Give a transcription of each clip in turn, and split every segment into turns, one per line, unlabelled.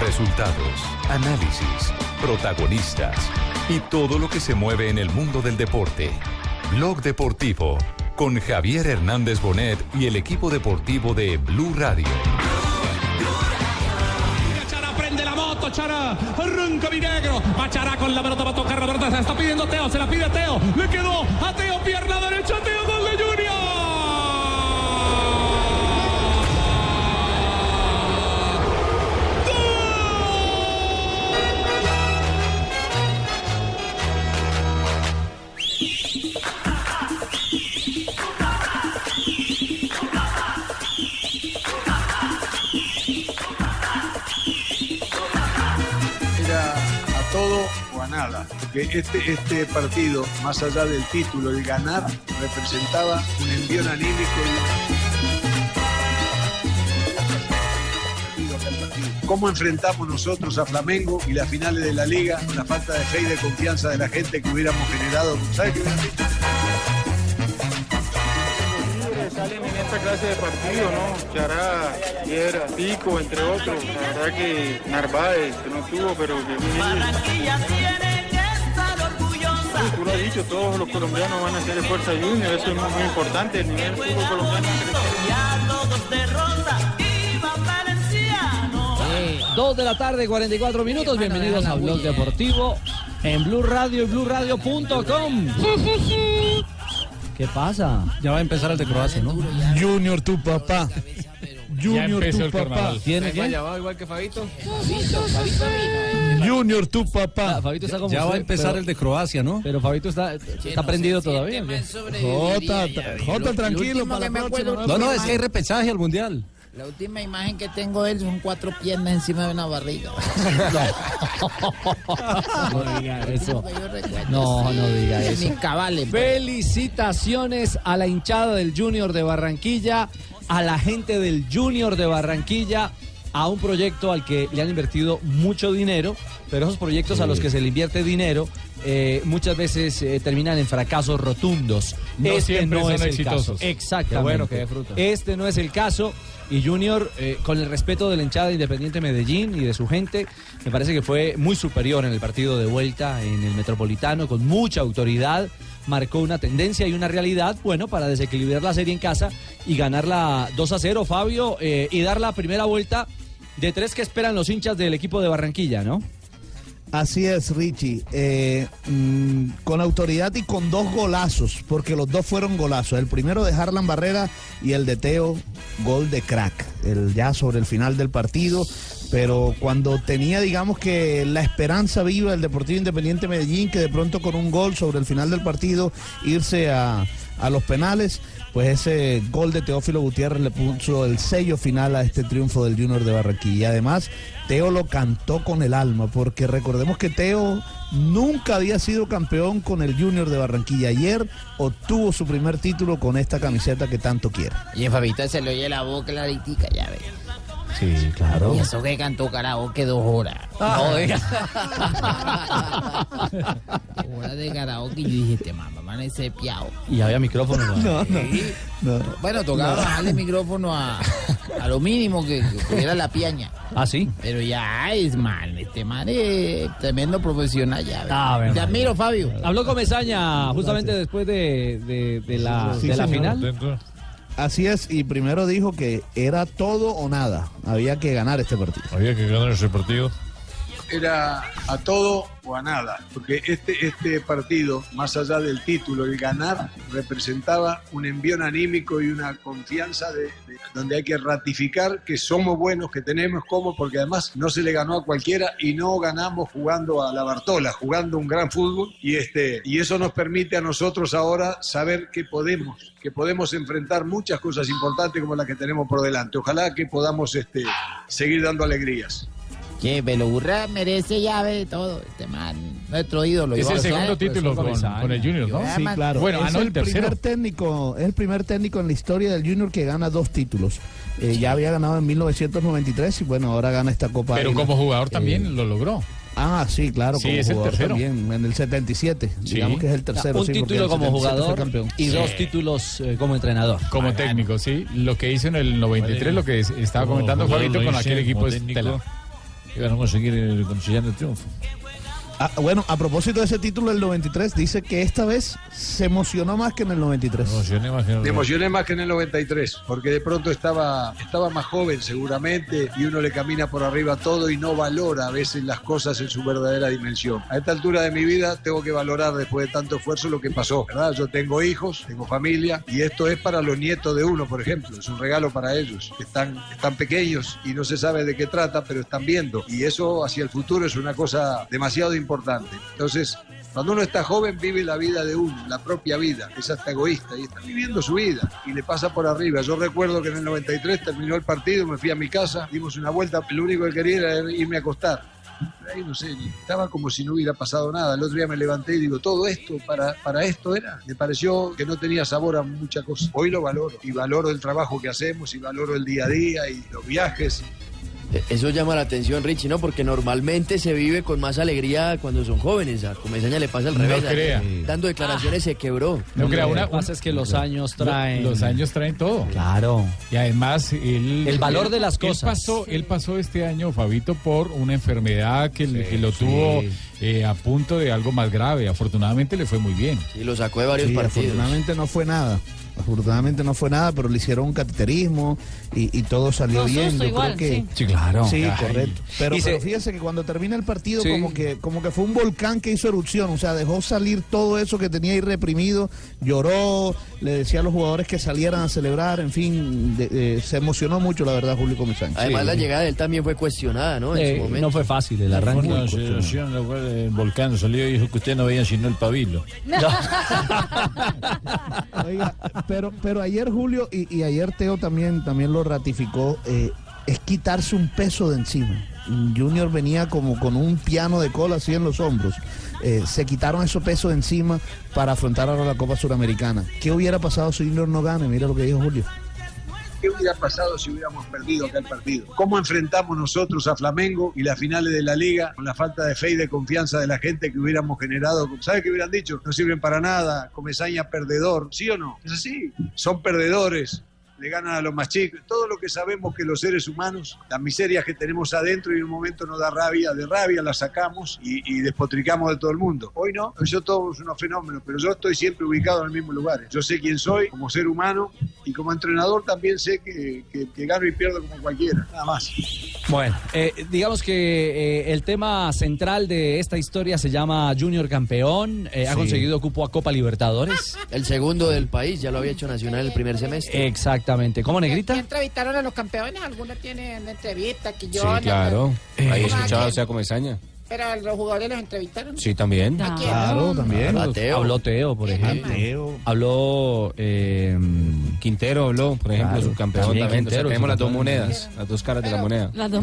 Resultados, análisis, protagonistas y todo lo que se mueve en el mundo del deporte. Blog Deportivo con Javier Hernández Bonet y el equipo deportivo de Blue Radio.
Mira, Chara prende la moto, Chara. Arranca mi negro. Va Chara con la pelota, va a tocar la pelota. Se la está pidiendo Teo, se la pide Teo. Le quedó a Teo, pierna derecha, Teo, gol de Junior.
era a todo o a nada. Porque este, este partido, más allá del título, el ganar, representaba un envío anímico. y- ¿Cómo enfrentamos nosotros a Flamengo y las finales de la liga con la falta de fe y de confianza de la gente que hubiéramos generado? ¿Sabes qué hubiera dicho?
salen en esta clase de partido, ¿no? Chará, Piedra, Pico, entre otros. La verdad que Narváez, que no tuvo, pero que Sí, Tú lo has dicho, todos los colombianos van a hacer fuerza junior, eso es muy, muy importante, el nivel del fútbol colombiano.
Eh, Dos de la tarde, 44 minutos. Bienvenidos a Blog Deportivo en Blue Radio y BlueRadio.com. ¿Qué pasa?
Ya va a empezar el de Croacia, ¿no? Junior, tu papá. Junior, tu papá.
¿Tiene qué?
va igual que Fabito?
Junior, tu papá.
Fabito está como
Ya va a
usted,
empezar
pero-
el de Croacia, ¿no?
Pero Fabito está, está prendido todavía. ¿qué?
Jota, Jota, tranquilo. para la próxima. No, no, es que hay repechaje al mundial.
La última imagen que tengo de él son cuatro piernas encima de una barriga.
No diga eso.
Yo recuerdo.
No, no diga
De
eso.
mis cabales.
Felicitaciones a la hinchada del Junior de Barranquilla, a la gente del Junior de Barranquilla, a un proyecto al que le han invertido mucho dinero, pero esos proyectos a los que se le invierte dinero eh, muchas veces eh, terminan en fracasos rotundos.
No siempre son
Este el
exitosos.
caso. Exactamente.
Qué bueno que disfrutan.
Este no es el caso. Y Junior, eh, con el respeto de la hinchada de Independiente Medellín y de su gente, me parece que fue muy superior en el partido de vuelta en el Metropolitano, con mucha autoridad, marcó una tendencia y una realidad, bueno, para desequilibrar la serie en casa y ganarla 2 a 0, Fabio, eh, y dar la primera vuelta de tres que esperan los hinchas del equipo de Barranquilla, ¿no?
Así es, Richie. Eh, mm, con autoridad y con dos golazos, porque los dos fueron golazos. El primero de Harlan Barrera y el de Teo, gol de crack. El, ya sobre el final del partido. Pero cuando tenía, digamos que la esperanza viva el Deportivo Independiente Medellín, que de pronto con un gol sobre el final del partido irse a, a los penales, pues ese gol de Teófilo Gutiérrez le puso el sello final a este triunfo del Junior de Barranquilla. Y además, Teo lo cantó con el alma, porque recordemos que Teo nunca había sido campeón con el Junior de Barranquilla. Ayer obtuvo su primer título con esta camiseta que tanto quiere.
Y Fabito se le oye la voz claritica, ya ves.
Sí, claro.
Y eso que cantó karaoke dos horas. No, diga. Hora de karaoke y yo dije, este mamá, man, ese piao.
Y había micrófono.
No, Bueno, tocaba bajarle el micrófono a, a lo mínimo que, que tuviera la piaña.
¿Ah, sí?
Pero ya es mal, este man es tremendo profesional ya. ¿ves?
Ah, bueno.
Te admiro, Fabio.
Habló Comesaña justamente después de, de- Eh, de la,
Sí,
de la
señor.
final.
Así es, y primero dijo que era todo o nada. Había que ganar este partido.
Había que ganar ese partido.
era a todo o a nada, porque este, este partido, más allá del título, el ganar, representaba un envión anímico y una confianza de, de- donde hay que ratificar que somos buenos, que tenemos como, porque además no se le ganó a cualquiera y no ganamos jugando a la Bartola, jugando un gran fútbol y, este, y eso nos permite a nosotros ahora saber que podemos, que podemos enfrentar muchas cosas importantes como las que tenemos por delante. Ojalá que podamos este, seguir dando alegrías.
Que Beloburra merece llave de todo este man. Nuestro ídolo.
Es
Iván
el segundo
Osorno,
pues,
título
profesor
con-
Comesaña.
con el Junior, ¿no?
Iván
Sí,
Man-
claro.
Bueno,
es
anotó
el,
el tercero.
primer técnico, es el primer técnico en la historia del Junior que gana dos títulos. Eh, ya había ganado en 1993 y bueno, ahora gana esta Copa.
Pero
Águila.
como jugador
Eh,
también lo logró.
Ah, sí, claro,
Sí,
como
es el
jugador
tercero.
también, en el 77,
Sí.
digamos que es el
Ah,
tercero.
un
sí, porque en
título
el
como
77 fue
jugador
campeón.
y dos
Sí.
títulos eh, como entrenador.
Como Ah, técnico, sí. Lo que hizo en el 93, lo que es- estaba
Como
comentando
jugador
Fabito
lo
con
hice,
aquel
como
equipo es
técnico.
tela.
Iban a conseguir el, el triunfo. Ah, bueno, a propósito de ese título del 93, dice que esta vez se emocionó más que en el 93.
Me emocioné más que en el 93, porque de pronto estaba, estaba más joven seguramente y uno le camina por arriba todo y no valora a veces las cosas en su verdadera dimensión. A esta altura de mi vida tengo que valorar después de tanto esfuerzo lo que pasó, ¿verdad? Yo tengo hijos, tengo familia y esto es para los nietos de uno, por ejemplo, es un regalo para ellos. Están, están pequeños y no se sabe de qué trata, pero están viendo y eso hacia el futuro es una cosa demasiado importante. Entonces, cuando uno está joven vive la vida de uno, la propia vida, es hasta egoísta y está viviendo su vida y le pasa por arriba. Yo recuerdo que en el 93 terminó el partido, me fui a mi casa, dimos una vuelta, lo único que quería era irme a acostar. Pero Ahí no sé, estaba como si no hubiera pasado nada. El otro día me levanté y digo, todo esto para, para esto era. Me pareció que no tenía sabor a mucha cosa. Hoy lo valoro y valoro el trabajo que hacemos y valoro el día a día y los viajes.
Eso llama la atención, Richie, ¿no? Porque normalmente se vive con más alegría cuando son jóvenes. A Comesaña le pasa al
No
revés.
crea.
Eh, Dando declaraciones se quebró.
No crea una.
pasa es que los años traen-
Los años traen todo.
Claro.
Y además, él.
El valor de las
él
cosas.
pasó, él pasó este año, Fabito, por una enfermedad que, le- que lo tuvo eh, a punto de algo más grave. Afortunadamente le fue muy bien.
Y lo sacó de
Sí, Afortunadamente no fue nada. Afortunadamente no fue nada, pero le hicieron un cateterismo y, y todo salió
No, susto
bien. Yo
igual,
creo que,
sí. Sí, claro.
Sí,
Ay.
correcto. Pero,
Y se-
pero fíjense que cuando termina el partido,
Sí.
como, que, como que fue un volcán que hizo erupción. O sea, dejó salir todo eso que tenía ahí reprimido. Lloró, le decía a los jugadores que salieran a celebrar. En fin, de- eh, se emocionó mucho, la verdad, Julio Comesaña.
Además, la llegada de él también fue cuestionada, ¿no? En
Eh,
su momento.
No fue fácil el
arranque.
Fue
Muy
Una aceleración, la cual el volcán salió y dijo que ustedes no veían sino el pabilo.
Oiga, pero, pero ayer Julio y, y ayer Teo también, también lo ratificó, eh, es quitarse un peso de encima. Junior venía como con un piano de cola así en los hombros. Eh, se quitaron esos pesos de encima para afrontar ahora la Copa Suramericana. ¿Qué hubiera pasado si Junior no gana? Mira lo que dijo Julio.
¿Qué hubiera pasado si hubiéramos perdido aquel partido? ¿Cómo enfrentamos nosotros a Flamengo y las finales de la liga con la falta de fe y de confianza de la gente que hubiéramos generado? ¿Sabe qué hubieran dicho? No sirven para nada, Comesaña perdedor, ¿sí o no? Es así, son perdedores. Le ganan a los más chicos. Todo lo que sabemos que los seres humanos, las miserias que tenemos adentro y en un momento nos da rabia, de rabia la sacamos y, y despotricamos de todo el mundo. Hoy no, hoy yo todos unos fenómenos, pero yo estoy siempre ubicado en el mismo lugar. Yo sé quién soy como ser humano y como entrenador también sé que, que- que gano y pierdo como cualquiera, nada más.
Bueno, eh, digamos que eh, el tema central de esta historia se llama Junior Campeón. eh, Ha
Sí.
conseguido cupo a Copa Libertadores.
El segundo del país, ya lo había hecho Nacional el primer semestre.
Exactamente. ¿Cómo
¿Ya
negrita?
entrevistaron a los campeones? ¿Algunos tienen entrevistas? Que yo,
Ahí
Eh,
escuchaba, o sea, Comesaña.
Pero a los jugadores los entrevistaron.
Sí, también.
¿A quién? Claro,
también.
Habló Teo. Habló Teo, por ejemplo.
Habló eh, Quintero, habló, por ejemplo, subcampeón
También
también. O sea,
Quintero,
tenemos las dos
subcampeón.
monedas, las dos caras de la moneda.
Las dos,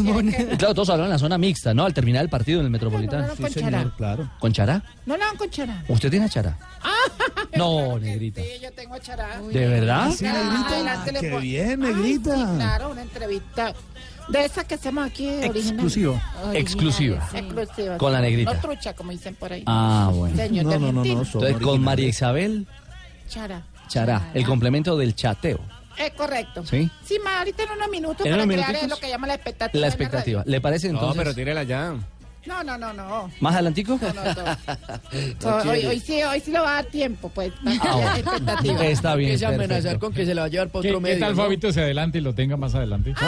monedas. Claro, todos hablaron en la zona mixta, ¿no? Al terminar el partido en el Metropolitano.
Sí, señor,
claro.
¿Con Chará?
No la van con Chará.
¿Usted tiene a Chará? No, negrita.
Sí, yo tengo a Chará.
¿De verdad?
Sí, adelante le pon-
bien, negrita.
Sí, claro, una entrevista. De esas que hacemos aquí, original.
Exclusiva.
Original,
Exclusiva.
sí. Exclusiva,
Con la
sí.
negrita.
No trucha, como dicen por ahí.
Ah, bueno.
Señor de Argentina.
Entonces, con María Isabel
Chará.
Chará, el complemento del chateo.
Es correcto.
Sí.
Sí, más ahorita en unos minutos
¿En
para
unos
crear eh,
minuticos?
lo que llama la expectativa.
La
en radio.
expectativa. ¿Le parece entonces?
No, pero tírela ya.
No, no, no, no.
¿Más adelantico?
So, hoy, hoy sí, hoy sí lo va a dar tiempo, pues. para
Ah,
que haya
bueno.
expectativa.
Está bien,
Empieza a amenazar
perfecto.
con que se la va a llevar para
¿Qué,
otro
qué
medio.
tal
¿no?
Fabito se adelante y lo tenga más adelante?
No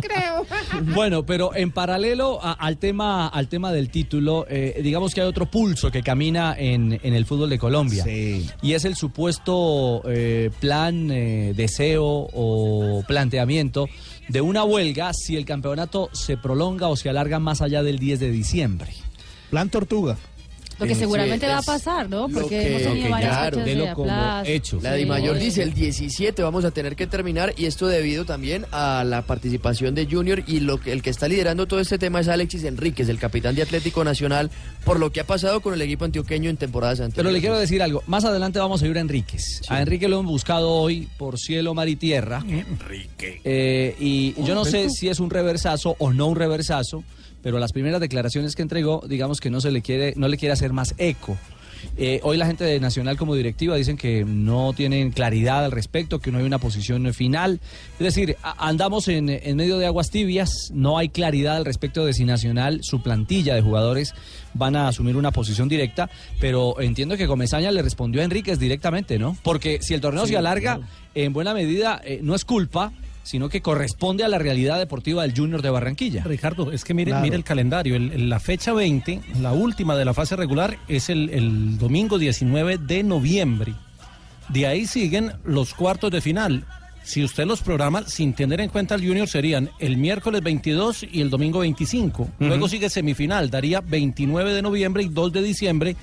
creo.
Bueno, pero en paralelo a- al, tema, al tema del título, eh, digamos que hay otro pulso que camina en, en el fútbol de Colombia. Y es el supuesto eh, plan, eh, deseo o planteamiento de una huelga si el campeonato se prolonga o se alarga más allá del 10 de diciembre. Eh,
Plan tortuga.
Lo que
Sí,
seguramente va a
es
pasar, ¿no?
lo
Porque
que-
hemos tenido
lo que
varias
claro,
fechas de
delo
la
como
plaza.
hecho. La de Mayor dice el 17 vamos a tener que terminar y esto debido también a la participación de Junior y lo que el que está liderando todo este tema es Alexis Enríquez, el capitán de Atlético Nacional, por lo que ha pasado con el equipo antioqueño en temporadas anteriores.
Pero le quiero decir algo. Más adelante vamos a ir a Enríquez. A Enrique lo hemos buscado hoy por cielo, mar y tierra. Enrique. y yo no sé si es un reversazo o no un reversazo, pero las primeras declaraciones que entregó, digamos que no se le quiere, no le quiere hacer más eco. Eh, hoy la gente de Nacional como directiva dicen que no tienen claridad al respecto, que no hay una posición final. Es decir, a- andamos en, en medio de aguas tibias, no hay claridad al respecto de si Nacional, su plantilla de jugadores van a asumir una posición directa, pero entiendo que Comesaña le respondió a Enríquez directamente, ¿no? Porque si el torneo
Sí,
se alarga, en buena medida eh, no es culpa sino que corresponde a la realidad deportiva del Junior de Barranquilla.
Ricardo, es que mire,
Claro.
mire el calendario. El- el- la fecha 20, la última de la fase regular, es el, el domingo 19 de noviembre. De ahí siguen los cuartos de final. Si usted los programa sin tener en cuenta al Junior, serían el miércoles 22 y el domingo 25. Luego sigue semifinal, daría 29 de noviembre y 2 de diciembre.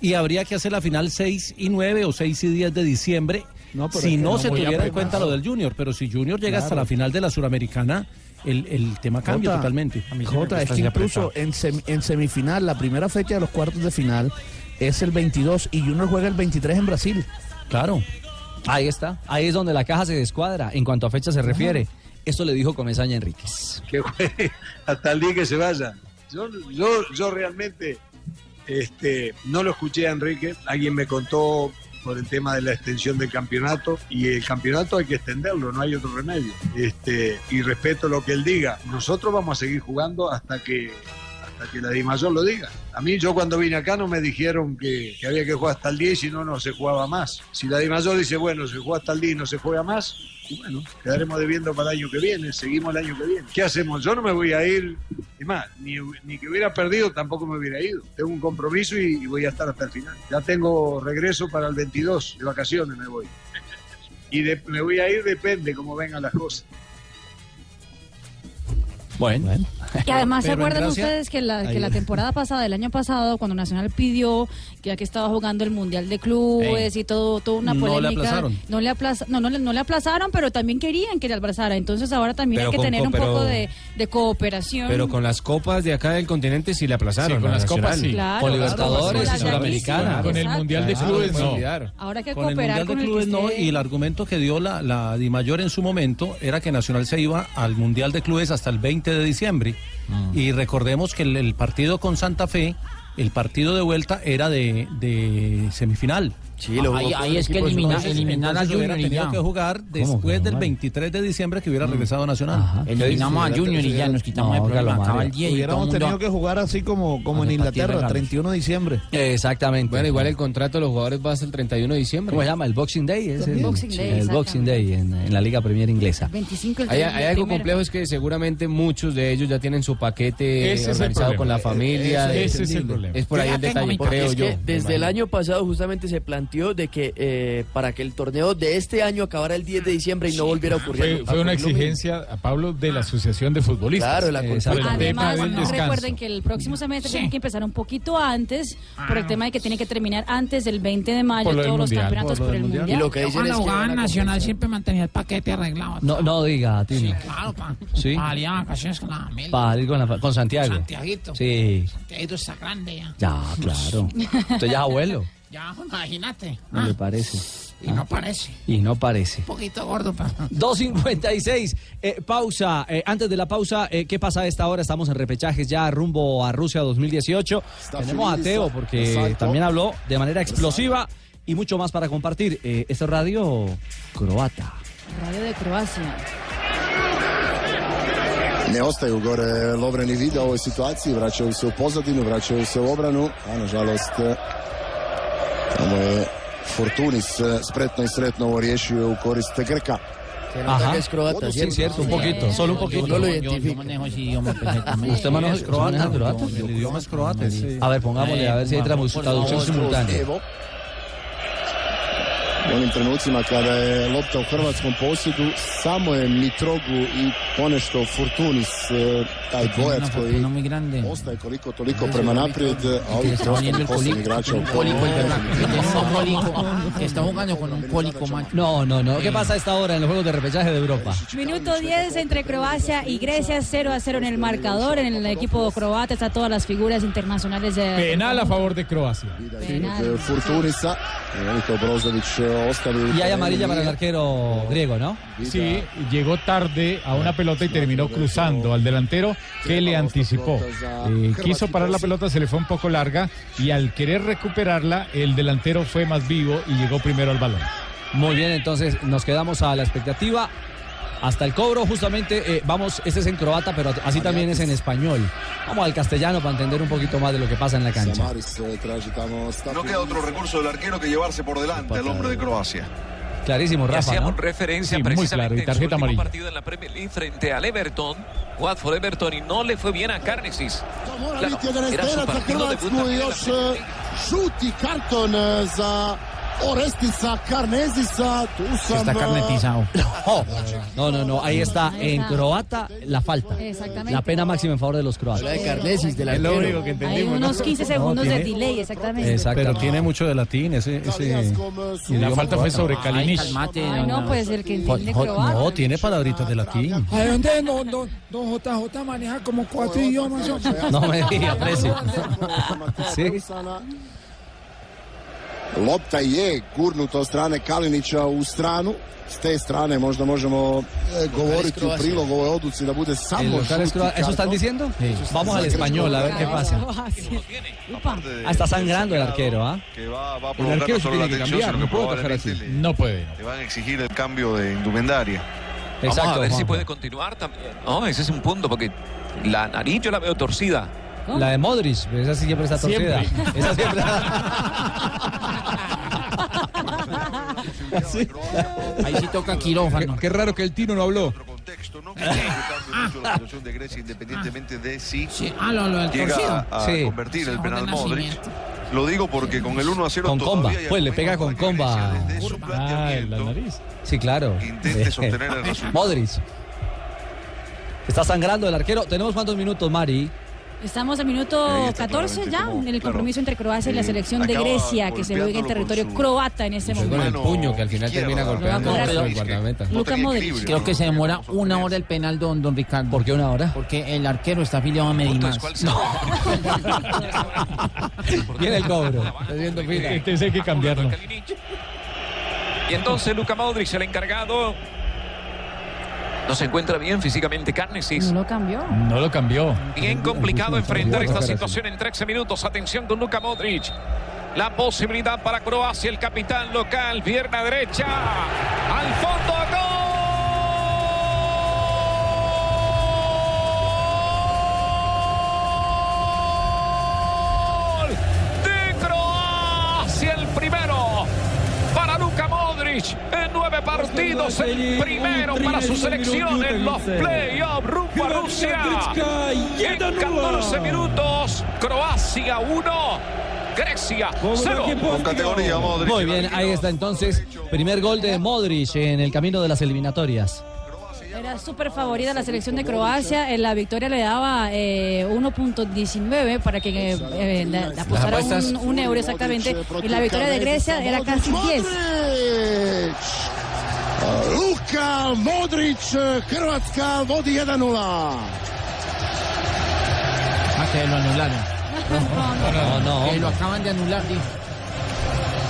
Y habría que hacer la final 6 y 9 o 6 y 10 de diciembre.
pero
si
es que
no,
no
se
voy a
tuviera en
poder
cuenta
más.
lo del Junior, pero si Junior llega hasta
Claro.
la final de la Suramericana, el, el tema cambia
Jota,
totalmente.
Jota, es que incluso en, sem- en semifinal, la primera fecha de los cuartos de final es el 22 y Junior juega el 23 en Brasil.
Claro.
Ahí está, ahí es donde la caja se descuadra en cuanto a fecha se refiere. Esto le dijo Comesaña a Enríquez.
que juegue hasta el día que se vaya. Yo, yo, yo realmente este, no lo escuché a Enrique, alguien me contó por el tema de la extensión del campeonato y el campeonato hay que extenderlo, no hay otro remedio. Este, y respeto lo que él diga, nosotros vamos a seguir jugando hasta que hasta que la Dimayor lo diga. A mí yo cuando vine acá no me dijeron que, que había que jugar hasta el 10 si no, no se jugaba más. Si la Dimayor dice, bueno, se juega hasta el 10 y no se juega más, y bueno, quedaremos debiendo para el año que viene, seguimos el año que viene. ¿Qué hacemos? Yo no me voy a ir, es más, ni, ni que hubiera perdido tampoco me hubiera ido. Tengo un compromiso y, y voy a estar hasta el final. Ya tengo regreso para el 22, de vacaciones me voy. Y de- me voy a ir depende cómo vengan las cosas.
Bueno.
Y además, ¿se
Pero en
acuerdan
Gracia-
ustedes que la, que
Ahí
la
va.
temporada pasada, del año pasado, cuando Nacional pidió que ya que estaba jugando el Mundial de Clubes y todo, toda una
No le
polémica.
aplazaron.
No le, aplaza- no, no le- no le aplazaron, pero también querían que le aplazara. Entonces ahora también
Pero
hay que
con
tener
co-
un
pero-
poco de, de cooperación.
Pero con las copas de acá del continente sí le aplazaron.
Sí, con
a
las copas
Nacional.
sí. Claro, Con Libertadores
y Suramericana.
Con el Mundial de
Exacto.
Clubes
Ah,
no.
olvidar.
Ahora hay que
Con el
cooperar
Mundial de
con el que
Clubes no,
esté-
y el argumento que dio la, la Di Mayor en su momento era que Nacional se iba al Mundial de Clubes hasta el 20 de diciembre.
Mm.
Y recordemos que el, el partido con Santa Fe, el partido de vuelta era de, de semifinal.
Sí, lo Ah, Ahí- jugó con ahí el es que equipo de elimina- Santa Fe. eliminar
Entonces
a
hubiera
Junior y
tenido
ya.
que jugar
¿Cómo que
después del
normal?
23 de diciembre que hubiera regresado Nacional.
Eliminamos a Junior y ya nos quitamos el problema. Acaba el 10 y todo
Hubiéramos
el
tenido
mundo-
que jugar así como, como en
Hace partido
Inglaterra,
regalo.
31 de diciembre.
Exactamente.
Bueno, igual el contrato de los jugadores va hasta el 31 de diciembre.
¿Cómo se llama? El Boxing Day. Es el,
Boxing Day,
el Boxing Day en, en la Liga Premier Inglesa.
25 el
Hay,
tercer-
hay algo
primero.
complejo es que seguramente muchos de ellos ya tienen su
Ese
paquete
es el
Eh, organizado
problema.
con la familia.
Ese
de-
es el problema.
Es por ahí el detalle,
Porque
creo
es
yo.
que desde el año pasado justamente se planteó de que eh, para que el torneo de este año acabara el 10 de diciembre y no volviera a ocurrir.
Fue, fue una
ocurrir lo mismo.
exigencia a Pablo de la Asociación de Futbolistas.
Claro, la
Eh, sobre el tema
Además,
del descanso.
recuerden que el próximo semestre
Sí.
tienen que empezar un poquito antes por
Ah.
el tema de que tiene que terminar antes del 20 de mayo
Por lo del
todos los
Mundial,
campeonatos por,
por
el
lo del
mundial.
Mundial. Y lo que
Yo
dicen
cuando
es que
jugaba
van a
en Nacional siempre mantenía el paquete arreglado.
No, no diga, Tino.
Claro, pa.
Sí.
Para ir a vacaciones con la familia.
Para ir con, la fa- con Santiago.
Santiaguito.
Sí.
Santiaguito está grande ya.
Ya, claro. Usted ya es abuelo,
Ya, imagínate.
no
Ah,
le parece. Ah.
y no parece.
Y no parece.
Un poquito gordo, pa.
2.56. Eh, pausa. Eh, antes de la pausa, eh, ¿qué pasa a esta hora? Estamos en repechajes ya rumbo a Rusia 2018. Tenemos a
feliz,
Teo
está-
porque
exacto.
también habló de manera explosiva y mucho más para compartir. Eh, esta radio croata.
Radio de Croacia.
Ne ostaju gore Lovren i Vida u ovoj situaciji, vraćaju se u pozadinu, vraćaju se u obranu, a nažalost eh, e, tamo je Fortunis eh, spretno i sretno ovo riješio u korist Grka.
Se nota que es croata,
Sí, cierto, un poquito. Solo un poquito.
No lo
Yo- yo
identifico. manejo ese idioma
pues,
perfectamente.
Usted maneja Pues, el croata. pues,
croata?
El idioma es croata. Eh, sí.
A ver, pongámosle, a ver si hay traduc- traducción
eh,
simultánea.
U onim trenucima kada je lopta u hrvatskom posjedu, samo je Mitrogu i ponešto Fortunis, eh, taj dvojac koji ostaje koliko toliko prema naprijed, a ovih preostalih osam igrača u polu.
que está jugando con un cólico, man.
No, no, no. ¿Qué pasa a esta hora en los juegos de repechaje de Europa?
Minuto 10 entre Croacia y Grecia, 0 a 0 en el marcador. En el equipo croata está todas las figuras internacionales de.
Penal a favor de Croacia.
Od Fortunisa, i E, oni to Brozović eh, ostavi.
Y hay amarilla para el arquero griego, ¿no?
Sí, llegó tarde a una pelota y terminó cruzando al delantero que le anticipó. Eh, quiso parar la pelota, se le fue un poco larga y al querer recuperarla, el delantero fue más vivo y llegó primero al balón.
Muy bien, entonces nos quedamos a la expectativa. Hasta el cobro, justamente, eh, vamos, este es en croata, pero así también es en español. Vamos al castellano para entender un poquito más de lo que pasa en la cancha.
Samaris eh, traži tamo
No queda otro recurso del arquero que llevarse por delante al hombre de Croacia.
Clarísimo,
Y
Rafa,
hacíamos
¿no?
referencia
Sí, muy claro,
precisamente en
y
su
tarjeta
último
amarilla.
partido en la Premier League frente al Everton, Watford Everton, y no le fue bien a Carnesis.
Mora
Claro,
biti jedan
era su
esterac za
partido debut
Hrvatsku i
también en la
još eh, žuti karton eh, za Orestisa Karnezisa. Tu sam... eh,
No, no, no, ahí está, en croata, la falta.
Exactamente.
La pena máxima en favor de los croatas.
La de Carnesis, del
Es lo
arquero.
único que
Hay unos 15 segundos de delay, exactamente.
Pero tiene mucho de latín ese. ese
La falta fue sobre
Kalinic.
Ay, no, pues el que entiende croata.
No, tiene palabritas de latín.
¿A dónde no, no, don JJ maneja como cuatro idiomas? hombre?
No me diga, precio.
Lopta je gurnuta od strane Kalinića u stranu. S te strane možda možemo eh, govoriti u
Kroacije.
prilog ovoj odluci da bude samo
El local es
žuti
croata. ¿Eso están
karton.
diciendo? Vamos al
Za grčko
español, a ver qué pasa.
de-
Ah, está sangrando el arquero, ¿ah?
Que va, va a
El
provocar
arquero
no
se
solo la
tiene que
atención,
cambiar,
sino que
no puedo dejar así.
probablemente le-
No puede.
Le van a exigir el cambio de indumentaria.
Vamos a ver si puede continuar también. No, ese es un punto, porque la nariz yo la veo torcida.
La de Modric, pero esa sí siempre está torcida.
Siempre.
Esa siempre.
Ahí sí toca quirófano.
Qué raro que el Tino no habló.
Ah,
La situación de Grecia, independientemente de si
ah, lo- lo del
llega
torcido.
a
Sí.
convertir el
Orden
penal Modric.
nacimiento.
Lo digo porque con el 1 a 0
Con
todavía
comba.
hay
Pues le
argumentos
pega con
para que
comba.
Grecia, desde su
Ah, en la nariz. Sí, claro.
Intente sostener el resultado.
Modric. Está sangrando el arquero. Tenemos cuántos minutos, Mari.
Estamos al minuto 14 ya, en el compromiso entre Croacia y la selección de
Eh, acaba
Grecia, que se juega en territorio croata en ese
Con el
momento.
puño que al final termina golpeando
Luka
el
Modric.
guardameta.
Luka Modric. Creo que se demora una hora el penal, don, don Ricardo. ¿Por
qué una hora?
Porque el arquero está afiliado a Medimás.
Viene el cobro.
Este sí hay que cambiarlo.
Y entonces Luca Modric, el encargado, no se encuentra bien físicamente Carnesis.
lo cambió.
No lo cambió.
Bien complicado enfrentar esta
Ojalá.
situación en 13 minutos. Atención con Luka Modric. La posibilidad para Croacia, el capitán local, pierna derecha. Al fondo, gol. De Croacia, el primero para Luka Modric. En nueve partidos, el primero para su selección en los playoffs rumbo a Rusia. En 14 minutos, Croacia 1, Grecia 0.
Muy bien, ahí está entonces. Primer gol de Modric en el camino de las eliminatorias.
Era súper favorita la selección de Croacia. eh, la victoria le daba eh, 1.19 para que eh, eh, la- la apostara
apuestas.
un, un euro exactamente. Y la victoria de Grecia era casi 10.
Luka Modrić, eh, Hrvatska vodi 1-0.
Ah, que lo anularon.
No, no.
Que lo acaban de anular, dijo.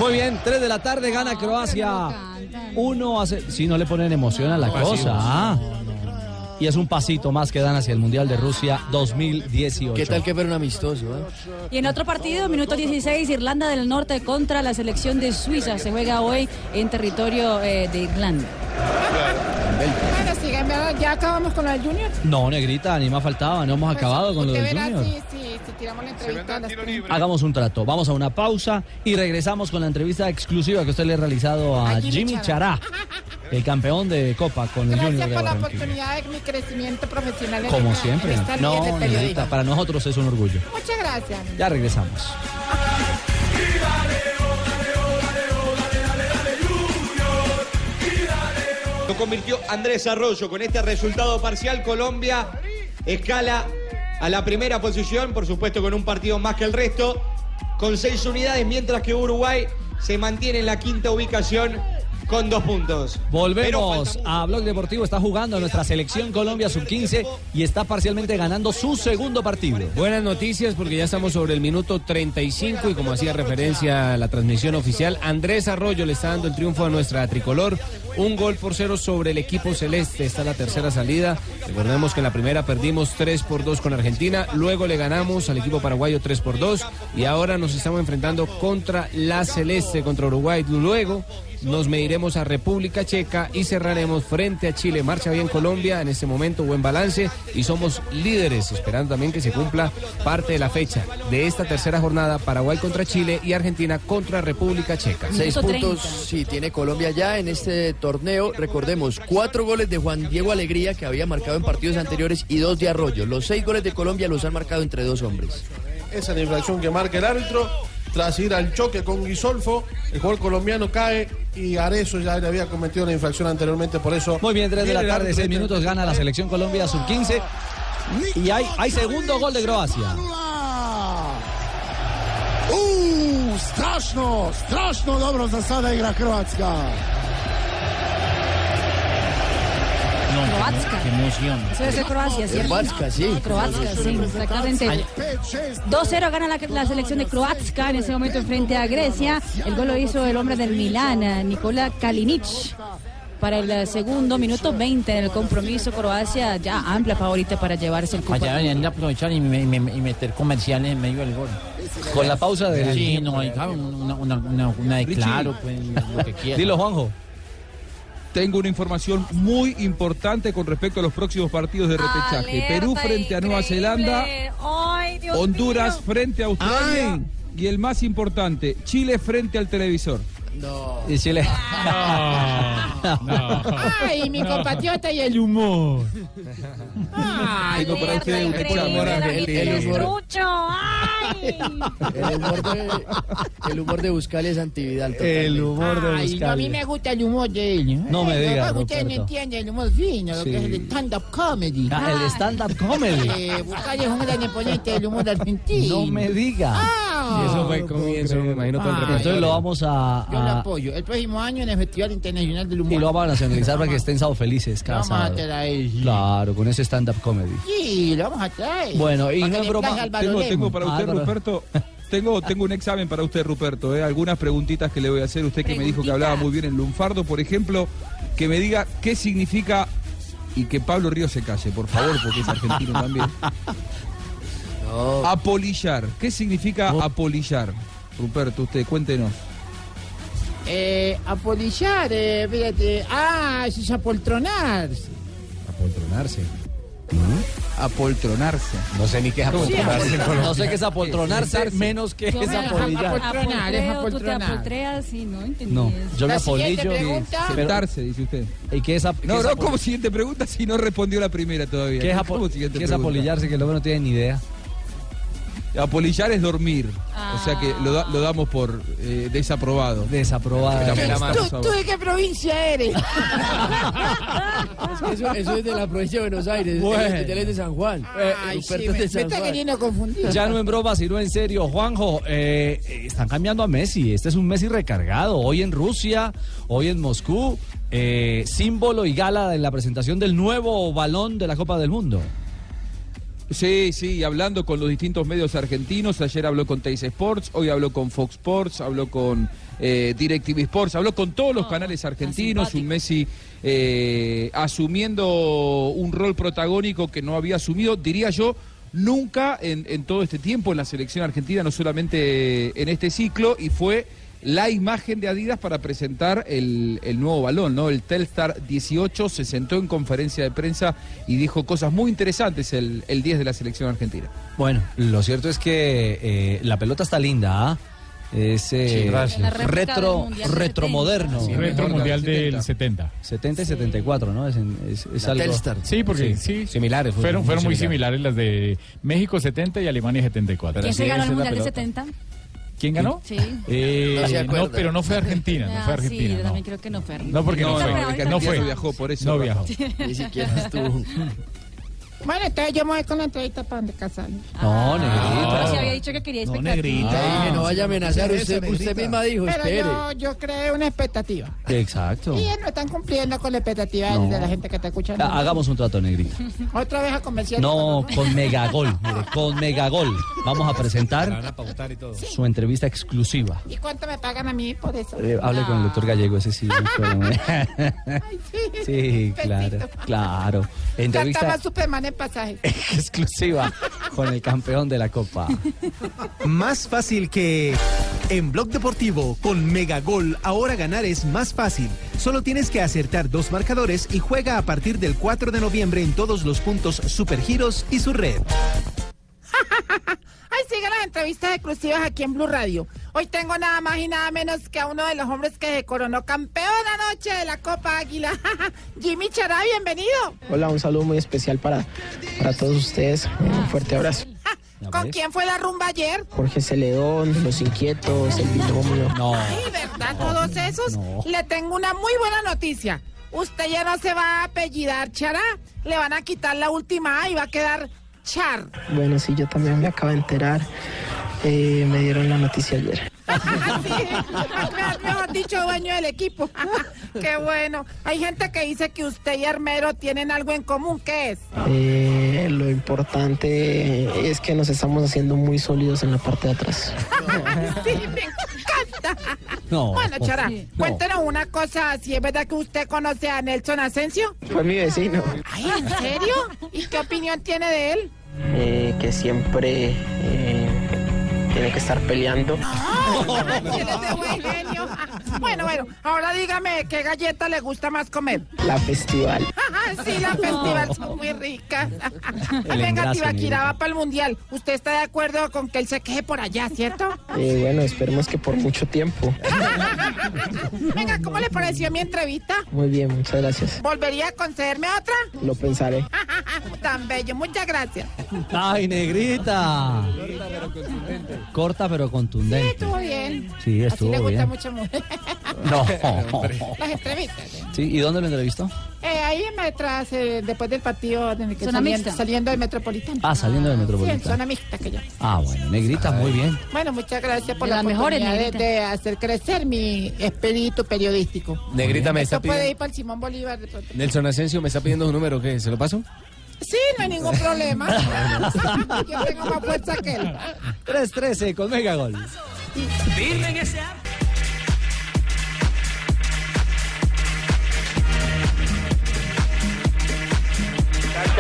Muy bien, 3 de la tarde gana Croacia. Uno hace. Si no le ponen emoción a la cosa. ah. Y es un pasito más que dan hacia el Mundial de Rusia 2018.
¿Qué tal que fueron amistoso? eh?
Y en otro partido, minuto 16, Irlanda del Norte contra la selección de Suiza. Se juega hoy en territorio eh, de Irlanda.
Bueno, sigan, ¿verdad? ya acabamos con la del Junior.
No, negrita, ni más faltaba, no hemos acabado con lo
Usted
del
Pues, verá
Junior. Ah,
si, si, si tiramos la entrevista a las tres.
Hagamos un trato, vamos a una pausa y regresamos con la entrevista exclusiva que usted le ha realizado a,
A Jimmy
Jimmy Chará,
Chará.
el campeón de Copa con el Junior
Gracias
de
por la
Barranquilla.
oportunidad de mi crecimiento profesional. en
Como
esta- en
siempre,
esta línea de
no,
periodismo.
negrita, para nosotros es un orgullo.
Muchas gracias.
Ya regresamos.
Lo convirtió Andrés Arroyo. Con este resultado parcial, Colombia escala a la primera posición, por supuesto con un partido más que el resto, con seis unidades, mientras que Uruguay se mantiene en la quinta ubicación con dos puntos.
Volvemos a Blog Deportivo. Está jugando nuestra selección Colombia sub-15 y está parcialmente ganando su segundo partido.
Buenas noticias porque ya estamos sobre el minuto 35 y como hacía referencia a la transmisión oficial, Andrés Arroyo le está dando el triunfo a nuestra tricolor. Un gol por cero sobre el equipo celeste. Está la tercera salida. Recordemos que en la primera perdimos 3 por 2 con Argentina, luego le ganamos al equipo paraguayo 3 por 2 y ahora nos estamos enfrentando contra la celeste, contra Uruguay. Luego nos mediremos a República Checa y cerraremos frente a Chile. Marcha bien Colombia en este momento, buen balance y somos líderes, esperando también que se cumpla parte de la fecha de esta tercera jornada, Paraguay contra Chile y Argentina contra República Checa.
Seis puntos, sí, tiene Colombia ya en este torneo. Recordemos, cuatro goles de Juan Diego Alegría que había marcado en partidos anteriores y dos de Arroyo. Los seis goles de Colombia los han marcado entre dos hombres.
Esa es la infracción que marca el árbitro. Tras ir al choque con Guisolfo, el jugador colombiano cae y Arezo ya le había cometido la infracción anteriormente, por eso.
Muy bien, 3 de la
viene el
tarde,
árbitro
6
y-
minutos, gana la selección Colombia sub-15. Y hay, hay segundo gol de Croacia.
Uuu, strašno, strašno dobro za sada igra Hrvatska.
Croatska.
Qué emoción.
Eso debe ser Croacia, ¿cierto?
Croatska, sí.
Croatska, sí, exactamente. 2-0 gana la, la selección de Croatska en ese momento frente a Grecia. El gol lo hizo el hombre del Milán, eh, Nikola Kalinic. Para el eh, segundo minuto 20 en el compromiso, Croacia ya amplia favorita para llevarse el cupo.
Allá deberían de aprovechar y, me- me- y meter comerciales en medio del gol.
Con la pausa de-
Sí, no, hay claro, una, una, una, una de
Richie.
claro, pues, lo que quieran.
Dilo,
Juanjo.
Tengo una información muy importante con respecto a los próximos partidos de repechaje. Perú frente a Nueva Zelanda, Honduras frente a Australia y el más importante, Chile frente al televisor.
No.
Y Chile.
Ay, mi
No.
compatriota y el humor.
Ay, no, para usted, usted por amor a
El
Argentina.
humor,
ah,
el humor de, el humor de Buscal es antividal.
El humor de
Ay,
no, a mí me gusta el humor de él. ¿eh?
No me
Ay,
diga,
no, Ustedes no
Ruperto.
entienden el humor fino, lo
Sí.
que es el stand-up comedy.
Ah, el stand-up comedy.
Eh, Buscal es un gran exponente del humor argentino.
No me diga.
Ah.
comienzo, me imagino,
todo el repertorio.
Ah, Entonces lo vamos a.
Yo lo
a-
ah.
apoyo. El próximo año en el Festival Internacional del Humor.
y lo vamos a nacionalizar para que estén sábado felices cada
Vamos a
sábado.
traer.
Claro, con ese stand-up comedy.
Sí, lo vamos a traer.
Bueno, y
Para
no
que
es
le
broma,
plazca al
Tengo,
Barolemo.
tengo para usted,
Ah, no, no.
Ruperto. Tengo, tengo un examen para usted, Ruperto. ¿eh? Algunas preguntitas que le voy a hacer. Usted que me dijo que hablaba muy bien en Lunfardo, por ejemplo, que me diga qué significa y que Pablo Río se calle, por favor, porque es argentino también. Apolillar. ¿Qué significa apolillar? Ruperto, usted, cuéntenos.
Eh, apolillar, eh, fíjate. Ah, eso es apoltronarse.
Apoltronarse. ¿Mm? Apoltronarse. No sé ni qué es
apoltronarse en Colombia. No sé qué es apoltronarse, menos que
Yo
es
me
apolillar.
apoltreo,
¿eh?
tú te
apoltronar.
apoltreas y no entendí
No,
eso.
yo me
La siguiente
apolillo.
pregunta.
pero-
Sentarse, dice usted.
¿Y qué es ap- qué
No,
es
no,
apol-
como siguiente pregunta si no respondió la primera todavía.
¿Qué es, apo-
Como siguiente
qué es
pregunta.
apolillarse? Que el hombre no tiene ni idea.
Apolillar es dormir. O sea
Ah.
que lo, da- lo damos por eh, desaprobado.
Desaprobado.
¿Tú, tú de qué provincia eres?
Eso, eso es de la provincia de Buenos Aires.
Bueno.
El, es de San Juan.
Eh,
Ay,
Ruperto
sí,
es
me,
de
me
San
está
Juan.
queriendo confundir.
Ya no en broma, sino en serio. Juanjo, eh, eh, están cambiando a Messi. Este es un Messi recargado. Hoy en Rusia, hoy en Moscú. eh, símbolo y gala de la presentación del nuevo balón de la Copa del Mundo.
Sí, sí, y hablando con los distintos medios argentinos, ayer habló con Teis Sports, hoy habló con Fox Sports, habló con eh, DirecTV Sports, habló con todos los canales argentinos, un Messi eh, asumiendo un rol protagónico que no había asumido, diría yo, nunca en, en todo este tiempo en la selección argentina, no solamente en este ciclo, y fue la imagen de Adidas para presentar el, el nuevo balón, ¿no? El Telstar 18 se sentó en conferencia de prensa y dijo cosas muy interesantes el, el 10 de la selección argentina.
Bueno, lo cierto es que eh, la pelota está linda, ¿ah? Es eh,
Sí, gracias. La réplica del
retro,
Mundial del
retromoderno.
70. Sí, Retro Mundial del 70.
70 y 74, ¿no? Es, en- es, es algo...
Sí, porque sí.
Similares. fue
Fueron, fueron muy
similar.
similares las de México 70 y Alemania 74.
¿Quién se ganó el Mundial de 70?
¿Quién ganó?
Sí.
Eh,
No se
no,
acuerda.
pero no fue Argentina, no fue
Ah, sí,
Argentina.
yo
no.
también creo que no fue.
No, porque no,
No, no,
fue.
porque
No fue.
Argentina no viajó, por eso
No
no.
viajó.
Ni siquiera estuvo.
Bueno, entonces yo me voy con la entrevista para donde Ah. casarme.
No,
Pero
negrita.
se había dicho que quería
No,
espectacular.
negrita.
Ah,
Ahí dije, no vaya a amenazar,
Sí, esa
usted, usted
negrita.
misma dijo,
Pero
espere.
yo, yo creé una expectativa.
Exacto.
Y ellos no están cumpliendo con la expectativa de-
No.
de la gente que está escuchando.
Ha- Hagamos un trato, negrita.
Otra vez a convencer.
No, con Megagol, mire, con Megagol. Vamos a presentar su entrevista exclusiva.
¿Y cuánto me pagan a mí por eso?
Eh, hable con el
Ah.
doctor Gallego, ese sí. fue- Sí, claro, claro.
Gastaba
Entrevista
Superman en pasaje.
exclusiva con el campeón de la Copa.
Más fácil que... En Blog Deportivo, con Megagol, ahora ganar es más fácil. Solo tienes que acertar dos marcadores y juega a partir del 4 de noviembre en todos los puntos Supergiros y su red.
Ay, sigan las entrevistas exclusivas aquí en Blue Radio. Hoy tengo nada más y nada menos que a uno de los hombres que se coronó campeón anoche de la Copa Águila. Jimmy Chará, bienvenido.
Hola, un saludo muy especial para, para todos ustedes. Un fuerte abrazo.
¿Con quién fue la rumba ayer?
Jorge Celedón, Los Inquietos, El Binomio. No.
Sí, ¿verdad? Todos esos. Le tengo una muy buena noticia. Usted ya no se va a apellidar Chará. Le van a quitar la última A y va a quedar Char.
Bueno, sí, yo también me acabo de enterar. Eh, me dieron la noticia ayer.
Mejor- Mejor dicho, dueño del equipo. Qué bueno. Hay gente que dice que usted y Armero tienen algo en común. ¿Qué es?
Eh, lo importante es que nos estamos haciendo muy sólidos en la parte de atrás.
Sí, me encanta.
No.
Bueno, Chara,
Oh, Sí. No.
cuéntenos una cosa. Si es verdad que usted conoce a Nelson Asensio.
Fue mi vecino.
Ay, ¿en serio? ¿Y qué opinión tiene de él?
eh, que siempre eh, tiene que estar peleando.
Ay, él es de buen genio. Bueno, bueno, ahora dígame qué galleta le gusta más comer.
La festival.
Sí, la festival son muy ricas. Venga,
engrase,
Tibaquirá va
negrita.
para el mundial. ¿Usted está de acuerdo con que él se queje por allá, cierto?
Eh, bueno, esperemos que por mucho tiempo.
Venga, ¿cómo le pareció mi entrevista?
Muy bien, muchas gracias.
¿Volvería a concederme otra?
Lo pensaré.
Tan bello, muchas gracias.
¡Ay, negrita! Corta pero contundente.
Estuvo bien. Así
Sí, estuvo
le gusta
bien.
mucho a mujer.
No.
Las entrevistas. ¿eh?
Sí, ¿y dónde lo entrevistó?
Eh, ahí me tras, eh, después del partido de que
Zona
saliendo,
mixta.
saliendo del Metropolitano.
Ah, saliendo del Metropolitano.
Sí, en zona mixta que yo.
Ah, bueno, negrita, muy bien.
Bueno, muchas gracias por
De
la
las mejores,
oportunidad de,
negrita.
de hacer crecer mi espíritu periodístico.
Negrita me
Esto
está
puede
pidiendo.
ir para el Simón Bolívar. de pronto.
Nelson Asensio me está pidiendo su número, ¿qué? ¿Se lo paso?
Sí, no hay ningún problema. yo tengo más fuerza que él.
3-13 con Megagol.
Virgen ese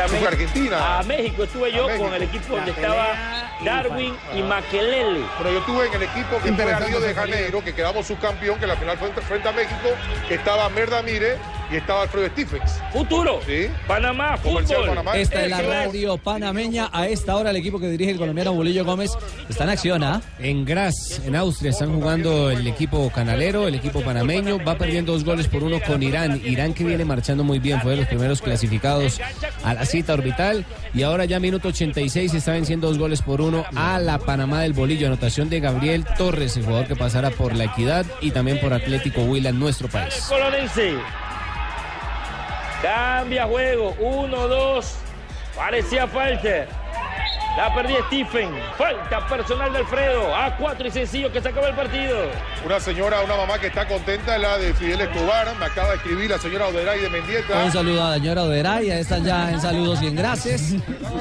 México,
Argentina.
A México estuve yo
A México.
con el equipo donde
La
estaba
pelea y
Darwin
Fan-
y Maquelele.
Pero yo estuve en el equipo que fue a Río de Janeiro, que quedamos subcampeón, que la final fue entre- frente a México, que estaba Merda Mire y estaba Alfredo Stephens.
Futuro.
Sí.
Panamá,
Comercial
fútbol.
Panamá.
Esta es la
Eso es.
radio panameña. A esta hora el equipo que dirige el colombiano Bolillo Gómez está en acción, ¿ah?
En Graz, en Austria, están jugando el equipo canalero, el equipo panameño. Va perdiendo dos goles por uno con Irán. Irán que viene marchando muy bien, fue de los primeros clasificados a la cita orbital. Y ahora ya minuto 86 está venciendo dos goles por uno a la Panamá del Bolillo. Anotación de Gabriel Torres, el jugador que pasará por la Equidad y también por Atlético Huila en nuestro país.
Colonense. Cambia juego. 1-2. Parecía falta. La perdí Stephen. Falta personal de Alfredo. A 4 y sencillo que se acaba el partido.
Una señora, una mamá que está contenta, la de Fidel Escobar, me acaba de escribir la señora Oderay de Mendieta.
Un saludo a la señora Oderay, ahí están ya en saludos y en gracias.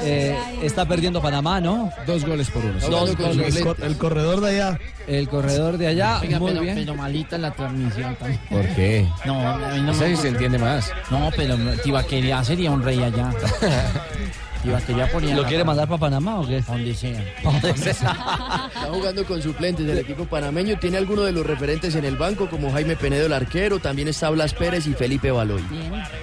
Eh, está perdiendo Panamá, ¿no?
Dos goles por uno.
Dos
El
goles.
cor- el corredor de allá.
El corredor de allá,
Oiga,
muy
pero,
bien.
pero malita la transmisión también.
¿Por qué?
No, a mí no
Ese
me
se entiende más.
No, pero Tibaquería sería un rey allá.
¿Lo quiere mandar para Panamá o qué?
Donde sea.
Está jugando con suplentes del equipo panameño. Tiene algunos de los referentes en el banco, como Jaime Penedo, el arquero. También está Blas Pérez y Felipe Baloy.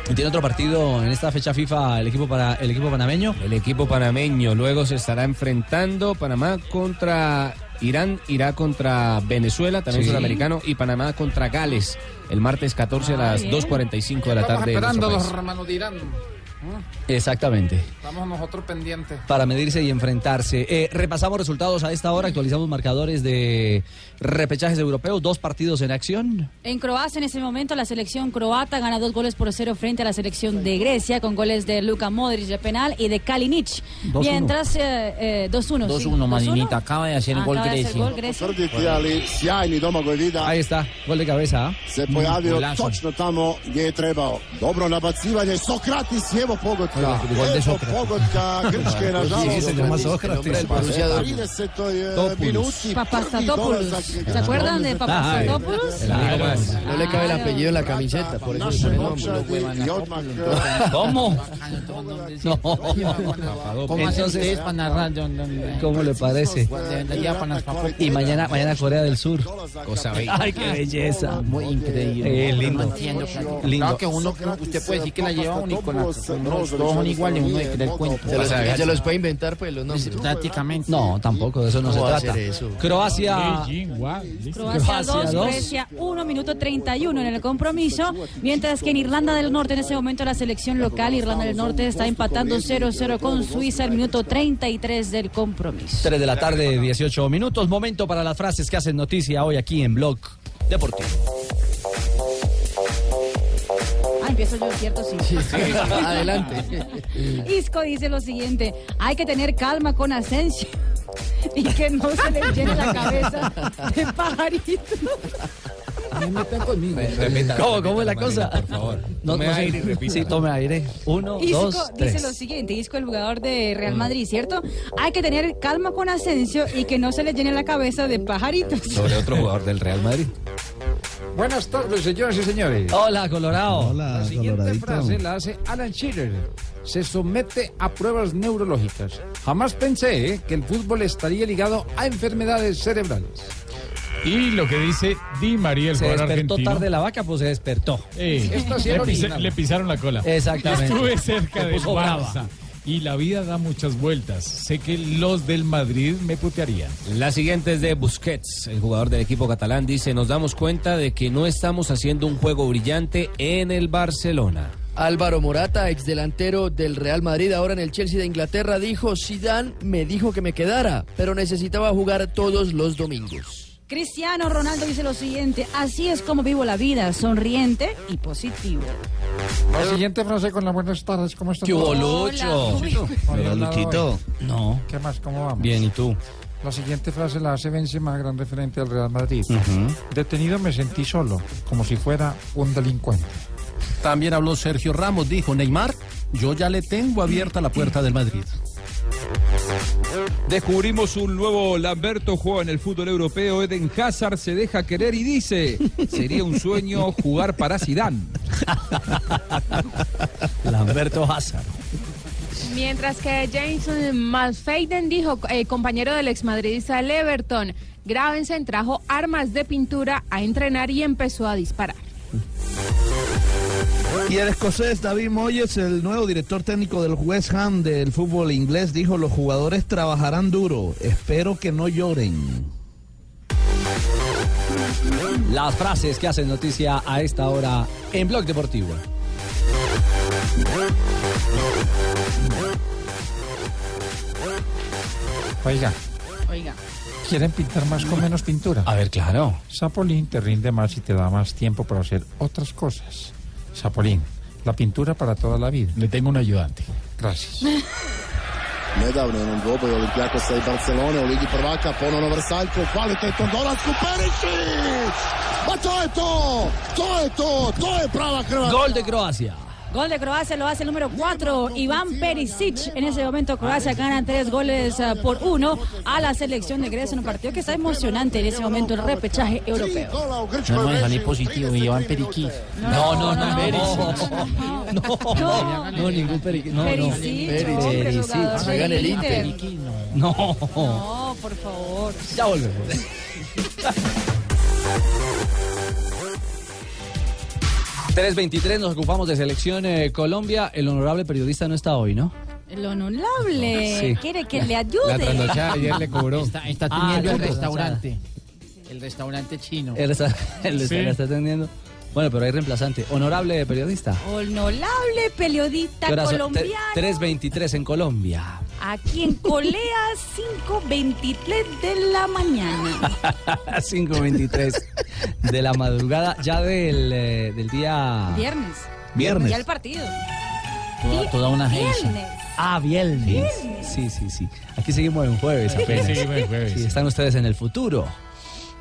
Y tiene otro partido en esta fecha FIFA el equipo para el equipo panameño.
El equipo panameño luego se estará enfrentando Panamá contra Irán, irá contra Venezuela, también
Sí.
sudamericano, y Panamá contra Gales el martes 14 a las
eh.
bien.
2.45 de la
Estamos
tarde. en nuestro
Esperando
país.
los hermanos dirán.
¿Mm? Exactamente.
Estamos nosotros pendientes.
Para medirse y enfrentarse. Eh, repasamos resultados a esta hora, actualizamos marcadores de repechajes europeos, dos partidos en acción.
En Croacia, en ese momento, la selección croata gana dos goles por cero frente a la selección de Grecia, con goles de Luka Modric de penal y de Kalinic.
2-1.
Mientras, eh, eh, 2-1. sí.
2-1, Madinita. Acaba de hacer
Ah, Acaba
gol
de hacer
Grecia.
gol Grecia.
potvrditi, ali sjajni domagoj vida.
Ahí está, gol de cabeza. ¿ah?
Se pojavio
Golazo.
točno tamo gdje je trebao. Dobro nabacivanje, Sokratis i evo pogotka.
Gol de
Evo
Sokratis.
pogotka Grčke,
Sí, se llama
nažalost.
Sokratis.
Dobro,
El pronunciador.
30.
Topulus.
minuti.
Papastatopoulos.
prvi dolazak
¿Se acuerdan de Papastatopoulos?
No le cabe el apellido en la camiseta, por eso se pone el nombre.
i odmah
¿Cómo? No.
¿Cómo hacen ustedes
Entonces,
para narrar? Don- don- don-
¿cómo le parece?
Cuando ya para las papas.
Y mañana, mañana Corea del Sur. Cosa
bella.
Ay, qué belleza.
Muy increíble.
Eh, lindo.
No entiendo, claro.
Lindo.
Claro que uno, usted puede decir que la lleva un iconato. Todos son iguales, uno es que da el cuento.
Se los, se los puede inventar, pues, los nombres.
Prácticamente.
No, tampoco, de eso no se
¿Cómo va a
trata.
ser eso?
Croacia.
Croacia 2,
dos.
Grecia 1, minuto 31 en el compromiso, mientras que en Irlanda del Norte en ese momento la selección local, Irlanda del Norte, está empatando 0-0 con Suiza el minuto 33 del compromiso.
3 de la tarde, 18 minutos. Momento para las frases que hacen noticia hoy aquí en Blog Deportivo.
Ah, empiezo yo, ¿cierto? Sí.
Adelante.
Isco dice lo siguiente, hay que tener calma con Asensio y que no se le llene la cabeza de pajarito.
¿Cómo, cómo es la cosa? Por favor.
Tome aire y repita.
Sí, tome aire. Uno,
Isco
dos,
dice lo
tres.
siguiente, Isco el jugador de Real Madrid, ¿cierto? Hay que tener calma con Asensio y que no se le llene la cabeza de pajaritos.
Sobre otro jugador del Real Madrid.
Buenas tardes, señoras y señores.
Hola, Colorado.
La siguiente frase la hace Alan Shearer. Se somete a pruebas neurológicas. Jamás pensé eh, que el fútbol estaría ligado a enfermedades cerebrales.
Y lo que dice Di María, el
Se
jugador
despertó
argentino.
tarde
la vaca, pues se despertó.
Eh,
Esto sí
le,
era
pisa-
original.
le pisaron la cola.
Exactamente.
Estuve
Se
cerca del
puso
Barça.
brava.
Y la vida da muchas vueltas. Sé que los del Madrid me putearían.
La siguiente es de Busquets, el jugador del equipo catalán. Dice, nos damos cuenta de que no estamos haciendo un juego brillante en el Barcelona.
Álvaro Morata, ex delantero del Real Madrid, ahora en el Chelsea de Inglaterra, dijo: Zidane me dijo que me quedara, pero necesitaba jugar todos los domingos.
Cristiano Ronaldo dice lo siguiente, así es como vivo la vida, sonriente y positivo.
La siguiente frase con las buenas tardes. ¿Cómo están?
¡Qué hubo,
todos?
Lucho?
Hola,
Hola,
hola,
Luchito.
hola.
No.
¿Qué más? ¿Cómo vamos?
Bien, ¿y tú?
La siguiente frase la hace Benzema, gran referente al Real Madrid. Detenido me sentí solo, como si fuera un delincuente.
También habló Sergio Ramos, dijo Neymar, yo ya le tengo abierta la puerta del Madrid.
Descubrimos un nuevo Lamberto, juega en el fútbol europeo. Eden Hazard se deja querer y dice: Sería un sueño jugar para Zidane.
Lamberto Hazard.
Mientras que James Malfaden dijo, eh, compañero del exmadridista del Everton, Gravensen trajo armas de pintura a entrenar y empezó a disparar.
Y el escocés David Moyes, el nuevo director técnico del West Ham del fútbol inglés, dijo, los jugadores trabajarán duro, espero que no lloren.
Las frases que hacen noticia a esta hora en Blog Deportivo.
Oiga,
Oiga.
¿quieren pintar más con menos pintura? A
ver, claro.
Sapolín te rinde más y te da más tiempo para hacer otras cosas. Sapolín, la pintura para toda la vida.
Le tengo un ayudante.
Gracias.
Nedavno je nam dvoboj Olimpijakosa i Barcelone u Ligi prvaka, ponovno Vrsaljko, kvalitetom dolasku Perišić! Ma to je to! To je to! To je prava Hrvatska!
Gol de Croacia.
Gol de Croacia lo hace el número 4, Iván Perisic. En ese momento Croacia gana tres goles ah, por uno a la selección de Grecia en un partido que está emocionante en ese momento el repechaje europeo.
No, no, salí positivo y llevan periquís. No, no, no, Perisic.
No, no, ningún periquito. No, no.
Perisic, hombre, jugador del
Hagan el
Inter.
Inter. No.
No, por favor.
Ya volvemos. Tres 3.23 nos ocupamos de Selección eh, Colombia. El honorable periodista no está hoy, ¿no?
El honorable
Sí.
quiere que le ayude.
trasnochada ayer le cobró.
Está, está
Ah,
teniendo
la
el
trasnochada.
restaurante. El restaurante chino.
Él está, él está,
Sí.
la está atendiendo. Bueno, pero hay reemplazante. Honorable periodista.
Honorable periodista
¿Qué hora son?
colombiano.
Te- 3.23 en Colombia.
Aquí en Colea, 5.23 de la
Ah.
mañana.
5.23 de la madrugada, ya del, eh, del día...
Viernes.
Viernes.
Ya el partido.
Toda, toda una
Viernes.
Ah, viernes. Sí, sí, sí. Aquí seguimos en jueves apenas.
Aquí seguimos en jueves.
Sí, están ustedes en el futuro.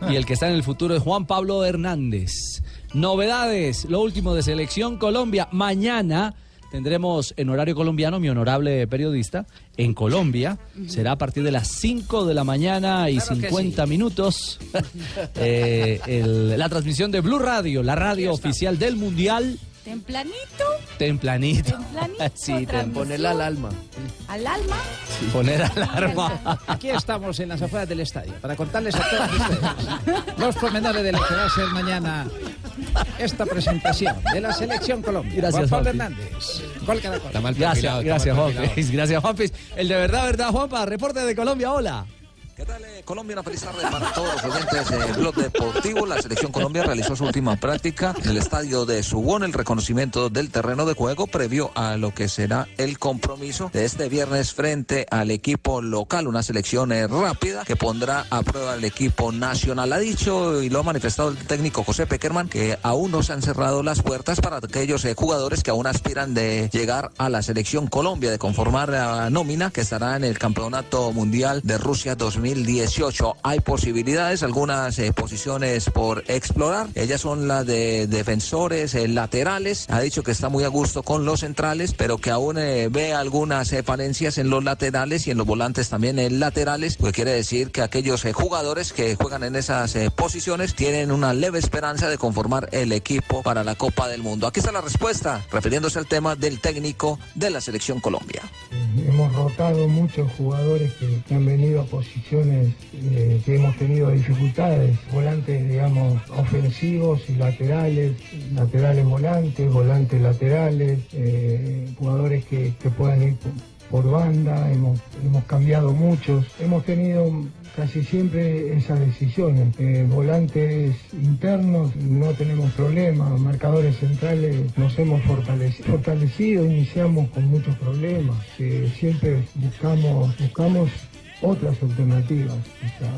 Y el que está en el futuro es Juan Pablo Hernández. Novedades, lo último de Selección Colombia. Mañana tendremos en horario colombiano, mi honorable periodista, en Colombia. Será a partir de las 5 de la mañana y 50 minutos. Eh, el- la transmisión de Blue Radio, la radio oficial del Mundial.
Templanito
Templanito. Ah,
Templanito,
Sí,
transmisión.
ponerla al alma.
al alma.
Poner alarma.
Aquí estamos en las afueras del estadio para contarles a todos ustedes los pormenores de lo que va a ser mañana esta presentación de la selección Colombia.
Gracias,
Juan Pablo
Juanpi.
Hernández. Gol Caracol.
Gracias, gracias, Juanpis. Gracias, Juanpis. El de verdad, verdad, Juanpa. Reporte de Colombia, hola.
Colombia, una feliz tarde para todos los oyentes de Blog Deportivo. La selección Colombia realizó su última práctica en el estadio de Subón, el reconocimiento del terreno de juego previo a lo que será el compromiso de este viernes frente al equipo local, una selección eh, rápida que pondrá a prueba al equipo nacional. Ha dicho y lo ha manifestado el técnico José Peckerman que aún no se han cerrado las puertas para aquellos eh, jugadores que aún aspiran de llegar a la selección Colombia, de conformar la nómina que estará en el Campeonato Mundial de Rusia 2018. Hay posibilidades, algunas eh, posiciones por explorar. Ellas son las de defensores eh, laterales. Ha dicho que está muy a gusto con los centrales, pero que aún eh, ve algunas eh, falencias en los laterales y en los volantes también en laterales, pues quiere decir que aquellos eh, jugadores que juegan en esas eh, posiciones tienen una leve esperanza de conformar el equipo para la Copa del Mundo. Aquí está la respuesta, refiriéndose al tema del técnico de la selección Colombia.
Hemos rotado muchos jugadores que, que han venido a posiciones eh, que hemos tenido dificultades. Volantes, digamos, ofensivos y laterales, laterales volantes, volantes laterales, eh, jugadores que, que puedan ir por, por banda. Hemos, hemos cambiado muchos. Hemos tenido casi siempre esas decisiones. Eh, volantes internos no tenemos problema, marcadores centrales nos hemos fortalecido, fortalecido iniciamos con muchos problemas, eh, siempre buscamos, buscamos otras alternativas o sea,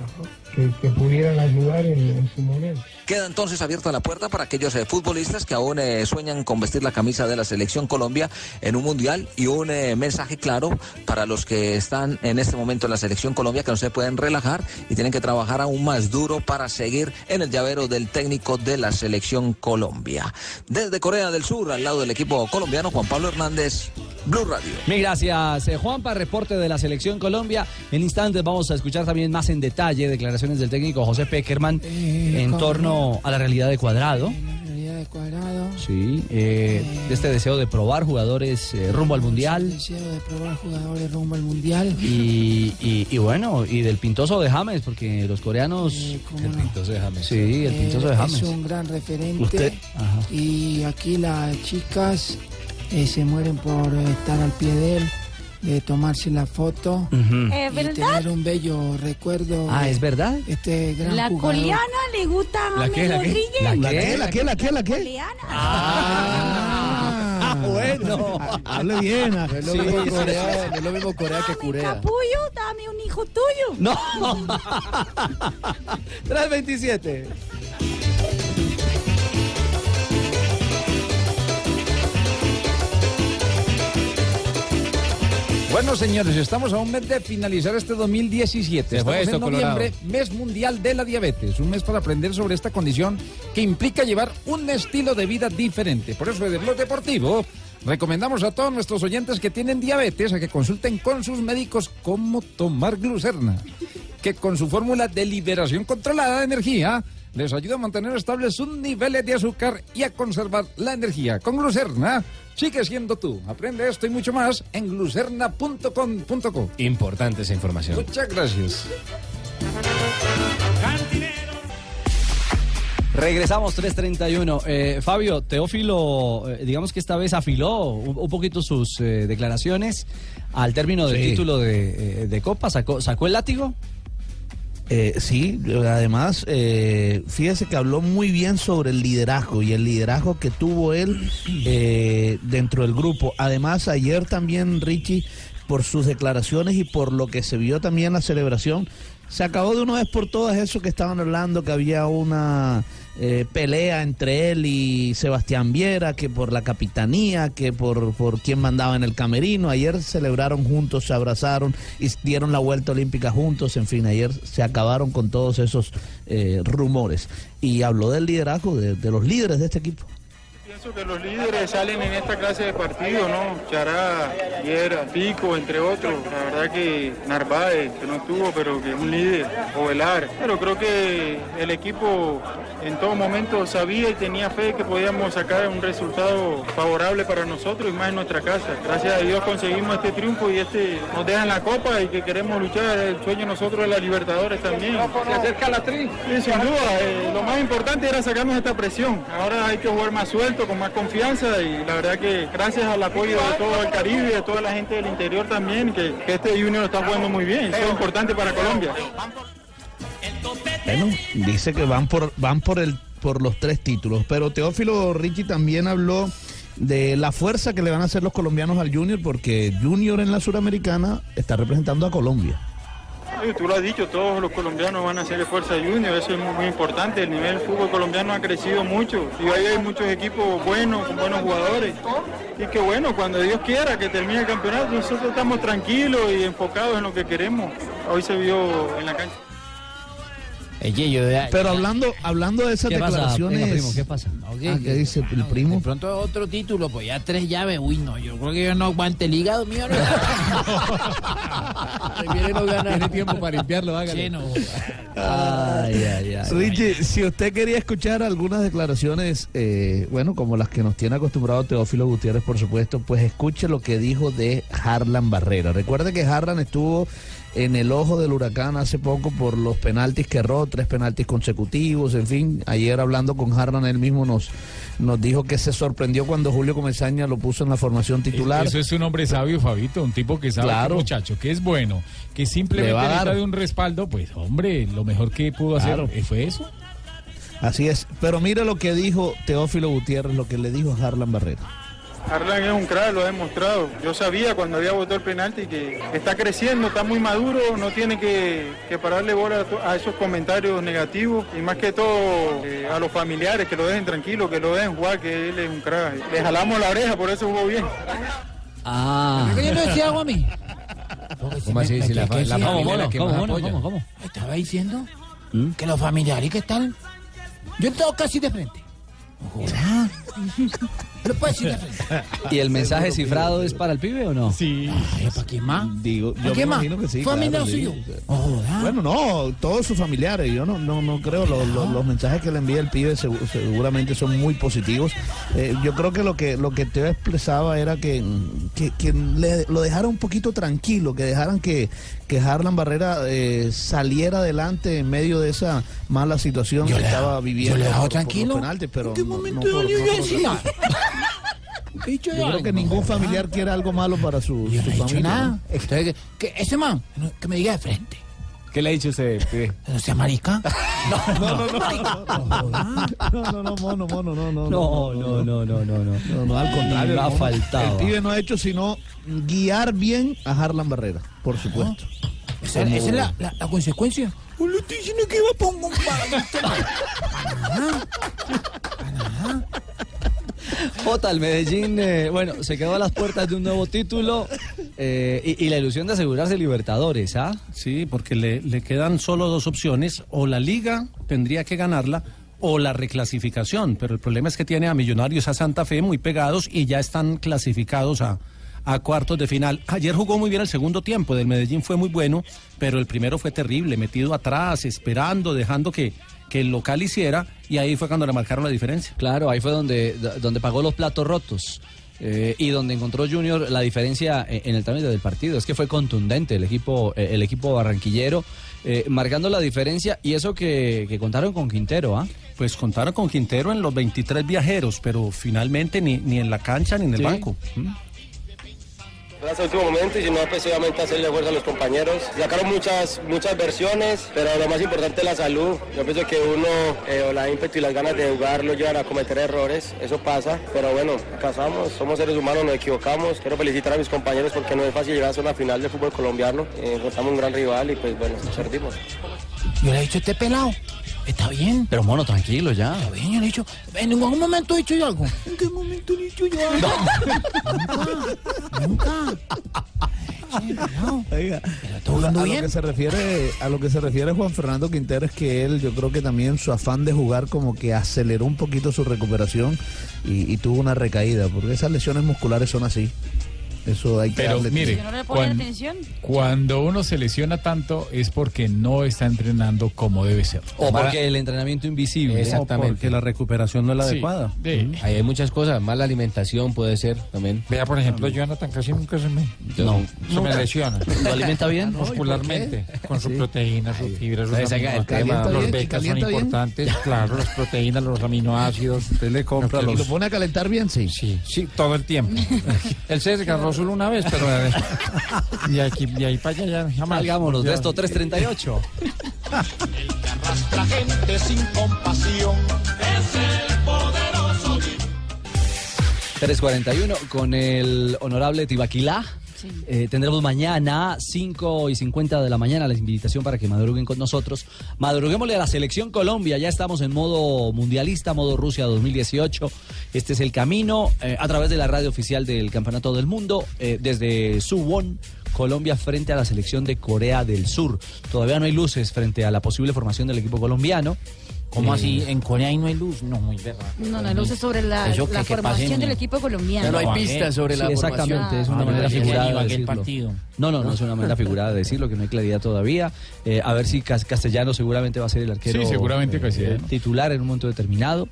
que, que pudieran ayudar en- en su momento.
Queda entonces abierta la puerta para aquellos eh, futbolistas que aún eh, sueñan con vestir la camisa de la selección Colombia en un mundial y un eh, mensaje claro para los que están en este momento en la selección Colombia que no se pueden relajar y tienen que trabajar aún más duro para seguir en el llavero del técnico de la selección Colombia. Desde Corea del Sur, al lado del equipo colombiano, Juan Pablo Hernández, Blue Radio.
Mil gracias, eh, Juanpa. Reporte de la Selección Colombia. En instantes vamos a escuchar también más en detalle declaraciones del técnico José Peckerman en
con-
torno a la realidad de Cuadrado.
de cuadrado.
Sí, eh, de este deseo de probar jugadores eh, rumbo al Mundial.
Deseo de probar jugadores rumbo al mundial.
Y, y- y bueno, y del pintoso de James, porque los coreanos... el pintoso de James. Eh, Sí, el
Eh,
pintoso de
Es
James.
un gran referente.
Usted. Ajá.
Y aquí las chicas eh, se mueren por eh, estar al pie de él, de tomarse la foto.
Ujú.
y
¿Es Eh, verdad?
tener un bello recuerdo.
Ah,
de
¿es verdad?
Este gran
La
jugador.
coreana le gusta a
¿La qué,
James
la qué?
Rodríguez.
¿La ¿La qué, qué, la qué, la qué, la qué?
Coreana.
Ah,
bueno.
Hable bien. ah.
No es lo mismo Corea, no es lo mismo Corea que Corea.
Capullo, dame un hijo tuyo.
No. 327.
Bueno, señores, estamos a un mes de finalizar este 2017.
Se fue
Estamos en
esto,
noviembre, mes mundial de la diabetes. Un mes para aprender sobre esta condición que implica llevar un estilo de vida diferente. Por eso, desde Blog Deportivo,
Recomendamos a todos nuestros oyentes que tienen diabetes a que consulten con sus médicos cómo tomar glucerna, que con su fórmula de liberación controlada de energía les ayuda a mantener estables sus niveles de azúcar y a conservar la energía. Con glucerna, sigue siendo tú. Aprende esto y mucho más en glucerna.com.co.
Importante esa información.
Muchas gracias.
Regresamos 3.31. Eh, Fabio, Teófilo, eh, digamos que esta vez afiló un, un poquito sus eh, declaraciones al término del
Sí.
título de, eh, de Copa. ¿Sacó, ¿Sacó el látigo?
Eh, sí, además, eh, fíjese que habló muy bien sobre el liderazgo y el liderazgo que tuvo él eh, dentro del grupo. Además, ayer también Richie, por sus declaraciones y por lo que se vio también en la celebración, se acabó de una vez por todas eso que estaban hablando, que había una eh, pelea entre él y Sebastián Viera, que por la capitanía, que por, por quién mandaba en el camerino. Ayer celebraron juntos, se abrazaron y dieron la vuelta olímpica juntos. En fin, ayer se acabaron con todos esos eh, rumores. Y habló del liderazgo, de- de los líderes de este equipo.
Pienso que los líderes salen en esta clase de partido, ¿no? Chará, Viera, Pico, entre otros. La verdad que Narváez, que no estuvo, pero que es un líder, o Velar. Pero creo que el equipo en todo momento sabía y tenía fe que podíamos sacar un resultado favorable para nosotros y más en nuestra casa. Gracias a Dios conseguimos este triunfo y este nos dejan la copa y que queremos luchar el sueño nosotros de la Libertadores también. Se acerca la tri. sin duda, eh, lo más importante era sacarnos esta presión. Ahora hay que jugar más suelto, con más confianza y la verdad que gracias al apoyo de todo el Caribe, de toda la gente del interior también, que, que este Junior está jugando muy bien. Eso es importante para Colombia.
Bueno, dice que van por van por el por los tres títulos, pero Teófilo Richie también habló de la fuerza que le van a hacer los colombianos al Junior porque Junior en la Suramericana está representando a Colombia.
Sí, Tú lo has dicho, todos los colombianos van a hacer fuerza junior, eso es muy, muy importante. El nivel del fútbol colombiano ha crecido mucho y hoy hay muchos equipos buenos, con buenos jugadores. Y que bueno, cuando Dios quiera que termine el campeonato, nosotros estamos tranquilos y enfocados en lo que queremos. Hoy se vio en la cancha.
Eh,
Pero hablando hablando de esas
¿Qué pasa?
declaraciones,
Venga, primo, ¿qué pasa?
Ah, ¿qué dice el primo?
De pronto otro título, pues ya tres llaves. Uy, no, yo creo que yo no aguante el hígado mío. No. Prefiere no ganar. Tiene tiempo para limpiarlo, hágale. Ah,
Richie, si usted quería escuchar algunas declaraciones, eh, bueno, como las que nos tiene acostumbrado Teófilo Gutiérrez, por supuesto, pues escuche lo que dijo de Harlan Barrera. Recuerde que Harlan estuvo en el ojo del huracán hace poco por los penaltis que erró, tres penaltis consecutivos, en fin. Ayer hablando con Harlan, él mismo nos, nos dijo que se sorprendió cuando Julio Comesaña lo puso en la formación titular.
Eso es un hombre sabio, Fabito, un tipo que sabe, que
Claro.
un muchacho, que es bueno, que
Le va a
simplemente
dar.
necesita de un respaldo, pues hombre, lo mejor que pudo hacer
Claro.
eh, fue eso.
Así es. Pero mire lo que dijo Teófilo Gutiérrez, lo que le dijo a Harlan Barrera.
Arlan es un crack, lo ha demostrado. Yo sabía cuando había votado el penalti que está creciendo, está muy maduro, no tiene que, que pararle bola a to- a, esos comentarios negativos y más que todo eh, a los familiares que lo dejen tranquilo, que lo dejen jugar, que él es un crack. Le jalamos la oreja, por eso jugó bien.
Ah.
¿Por qué yo no decía algo a mí?
¿Cómo así? Si la,
¿Qué-
fa-
qué
la
sí?
familia es la que
¿Cómo,
más
cómo,
apoya.
cómo, cómo? Estaba diciendo
¿Mm?
que los familiares que están. Yo he estado casi de frente. Ojalá. Pero pues sí de frente.
¿Y el mensaje cifrado es para el pibe o no?
Sí.
¿Para quién más?
Digo,
¿Para quién más? ¿Fue amigo suyo?
Oh, Bueno, no, todos sus familiares. Yo no, no, no creo. Los, los- los mensajes que le envía el pibe segu- seguramente son muy positivos. Eh, yo creo que lo que lo que te expresaba era que, que, que le- lo dejara un poquito tranquilo, que dejaran que, que Harlan Barrera eh, saliera adelante en medio de esa mala situación que estaba viviendo.
yo le dejo
por- por los
tranquilo.
penaltis, pero
¿En qué
no- no
momento
por-
yo le
no
iba a
por-
decir nada? He dicho
Yo creo
algo,
que ningún
¿verdad?
familiar quiere algo malo para su, su
No he dicho
familia.
nada. Entonces, que, que ese man, no, que me diga de frente.
¿Qué le ha dicho ese pibe?
No sea marica.
No, no, no, no, no, no, mono, mono, no, no,
No, no, no, no, no. No,
no, al contrario.
No ha
el mono- El
faltado.
pibe no ha hecho sino guiar bien a Harlan Barrera, por supuesto.
Ah.
Esa, esa es la, la, la consecuencia. Le estoy diciendo que iba a poner un
Jota, el Medellín, eh, bueno, se quedó a las puertas de un nuevo título eh, y, y la ilusión de asegurarse Libertadores, ¿ah?
Sí, porque le, le quedan solo dos opciones. O la liga tendría que ganarla o la reclasificación. Pero el problema es que tiene a Millonarios a Santa Fe muy pegados y ya están clasificados a, a cuartos de final. Ayer jugó muy bien el segundo tiempo, del Medellín fue muy bueno, pero el primero fue terrible, metido atrás, esperando, dejando que, que el local hiciera, y ahí fue cuando le marcaron la diferencia.
Claro, ahí fue donde, donde pagó los platos rotos. eh, y donde encontró Junior la diferencia eh, en el trámite del partido. Es que fue contundente el equipo, eh, el equipo barranquillero, eh, marcando la diferencia. Y eso que, que contaron con Quintero, ¿ah?
Pues contaron con Quintero en los 23 viajeros, pero finalmente ni, ni en la cancha ni en el banco. ¿Mm?
hasta el último momento y si no, pues obviamente hacerle fuerza a los compañeros. Sacaron muchas, muchas versiones, pero lo más importante es la salud. Yo pienso que uno, eh, o la ímpetu y las ganas de jugar lo llevan a cometer errores, eso pasa, pero bueno, casamos, somos seres humanos, nos equivocamos. Quiero felicitar a mis compañeros porque no es fácil llegar a una final de fútbol colombiano. Eh, Encontramos un gran rival y pues bueno, perdimos.
Yo le he dicho, este pelado, está bien.
Pero mono, tranquilo ya.
Bien, yo le he dicho, en ningún momento he dicho yo algo. En qué momento he dicho yo algo.
Oiga, a, lo que se refiere, a lo que se refiere Juan Fernando Quintero es que él, yo creo que también su afán de jugar como que aceleró un poquito su recuperación y, y tuvo una recaída, porque esas lesiones musculares son así. Eso hay que
Pero
darle
mire,
tiempo.
cuan- cuando uno se lesiona tanto es porque no está entrenando como debe ser.
O
Mala-
porque el entrenamiento invisible.
Exactamente.
O porque
la
recuperación no
es la adecuada.
Ahí hay muchas cosas. Mala alimentación puede ser también.
Vea, por ejemplo, Jonathan casi nunca se me,
No.
se me lesiona.
¿Lo alimenta bien?
Muscularmente.
¿Y por qué?
Con sus
Sí.
proteínas, sus fibras, sus
Entonces, haga el tema.
aminoácidos. Los
Calienta bien,
becas son
calienta bien.
importantes. Claro, las proteínas, los aminoácidos. Usted le compra
¿Y
los.
lo pone a calentar bien? Sí.
Sí, sí, todo el tiempo. Él se desgarró solo una vez, pero. eh, Y aquí, y ahí para allá ya jamás.
Salgámonos de
Ya.
esto, 338.
La gente sin compasión es el poderoso.
341 con el honorable Tibaquilá. Eh, tendremos mañana 5 y 50 de la mañana la invitación para que madruguen con nosotros. Madruguémosle a la selección Colombia, ya estamos en modo mundialista, modo Rusia 2018. Este es el camino eh, a través de la radio oficial del Campeonato del Mundo eh, desde Suwon. Colombia frente a la selección de Corea del Sur. Todavía no hay luces frente a la posible formación del equipo colombiano. Eh,
¿Cómo así?
En Corea ahí no hay luz. No, muy verdad.
No, no, luces sobre la,
Eso que-
la
que pase
formación
en-
del equipo colombiano.
Ya no hay
¿eh?
pistas sobre la formación.
Exactamente,
es una manera figurada de decirlo.
partido.
No, no, no es una manera figurada de decirlo, que no hay claridad todavía. Eh, a ver si Cas- Castellano seguramente va a ser el arquero eh,
Sí, seguramente Castellano.
titular en un momento determinado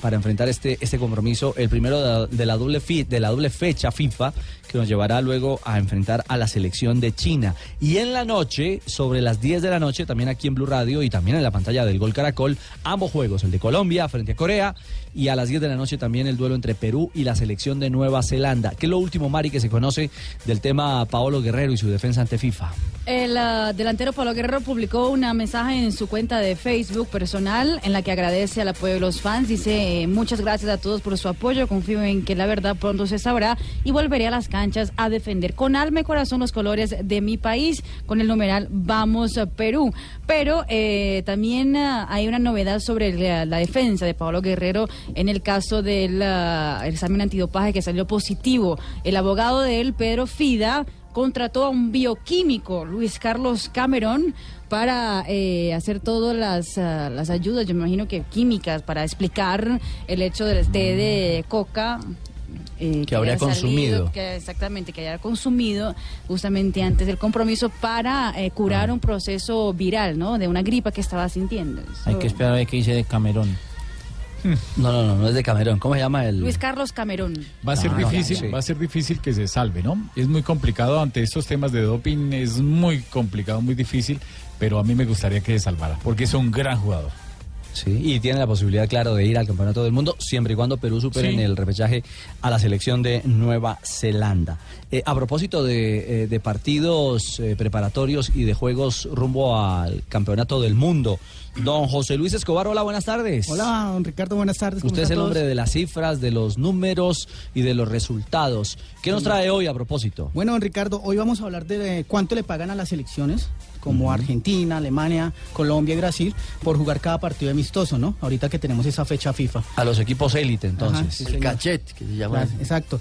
para enfrentar este, este compromiso, el primero de la, de la doble fi- de la doble fecha FIFA, que nos llevará luego a enfrentar a la selección de China. Y en la noche, sobre las 10 de la noche, también aquí en Blue Radio y también en la pantalla del Gol Caracol, ambos juegos, el de Colombia frente a Corea y a las 10 de la noche también el duelo entre Perú y la selección de Nueva Zelanda, que es lo último, Mari, que se conoce del tema Paolo Guerrero y su defensa ante FIFA.
El ah, delantero Pablo Guerrero publicó una mensaje en su cuenta de Facebook personal en la que agradece al apoyo de los fans. Dice, eh, muchas gracias a todos por su apoyo, confío en que la verdad pronto se sabrá y volveré a las canchas a defender con alma y corazón los colores de mi país con el numeral Vamos a Perú. Pero eh, también ah, hay una novedad sobre la, la defensa de Pablo Guerrero en el caso del ah, examen antidopaje que salió positivo. El abogado de él, Pedro Fida, contrató a un bioquímico, Luis Carlos Cameron, para eh, hacer todas las, ah, las ayudas, yo me imagino que químicas, para explicar el hecho del té de coca. eh,
Que habría
haya salido,
consumido.
que- exactamente, que haya consumido justamente antes del compromiso para eh, curar un proceso viral, ¿no? De una gripa que estaba sintiendo.
Hay
So,
que esperar a ver qué dice de Camerón.
No, no, no, no es de Camerón. ¿Cómo se llama el...?
Luis Carlos Cameron.
Va a ser
Ah,
difícil,
sí.
va a ser difícil que se salve, ¿no? Es muy complicado ante estos temas de doping, es muy complicado, muy difícil, pero a mí me gustaría que se salvara, porque es un gran jugador.
Sí, y tiene la posibilidad, claro, de ir al Campeonato del Mundo, siempre y cuando Perú supere
Sí.
en el repechaje a la selección de Nueva Zelanda. Eh, a propósito de, eh, de partidos eh, preparatorios y de juegos rumbo al Campeonato del Mundo, don José Luis Escobar, hola, buenas tardes.
Hola, don Ricardo, buenas tardes. ¿cómo
Usted es
están
el hombre
todos?
de las cifras, de los números y de los resultados. ¿Qué nos
Sí.
trae hoy a propósito?
Bueno, don Ricardo, hoy vamos a hablar de eh, cuánto le pagan a las selecciones como Argentina, Alemania, Colombia y Brasil por jugar cada partido amistoso, ¿no? Ahorita que tenemos esa fecha FIFA.
A los equipos élite, entonces.
Ajá, sí, señor. Claro, Exacto.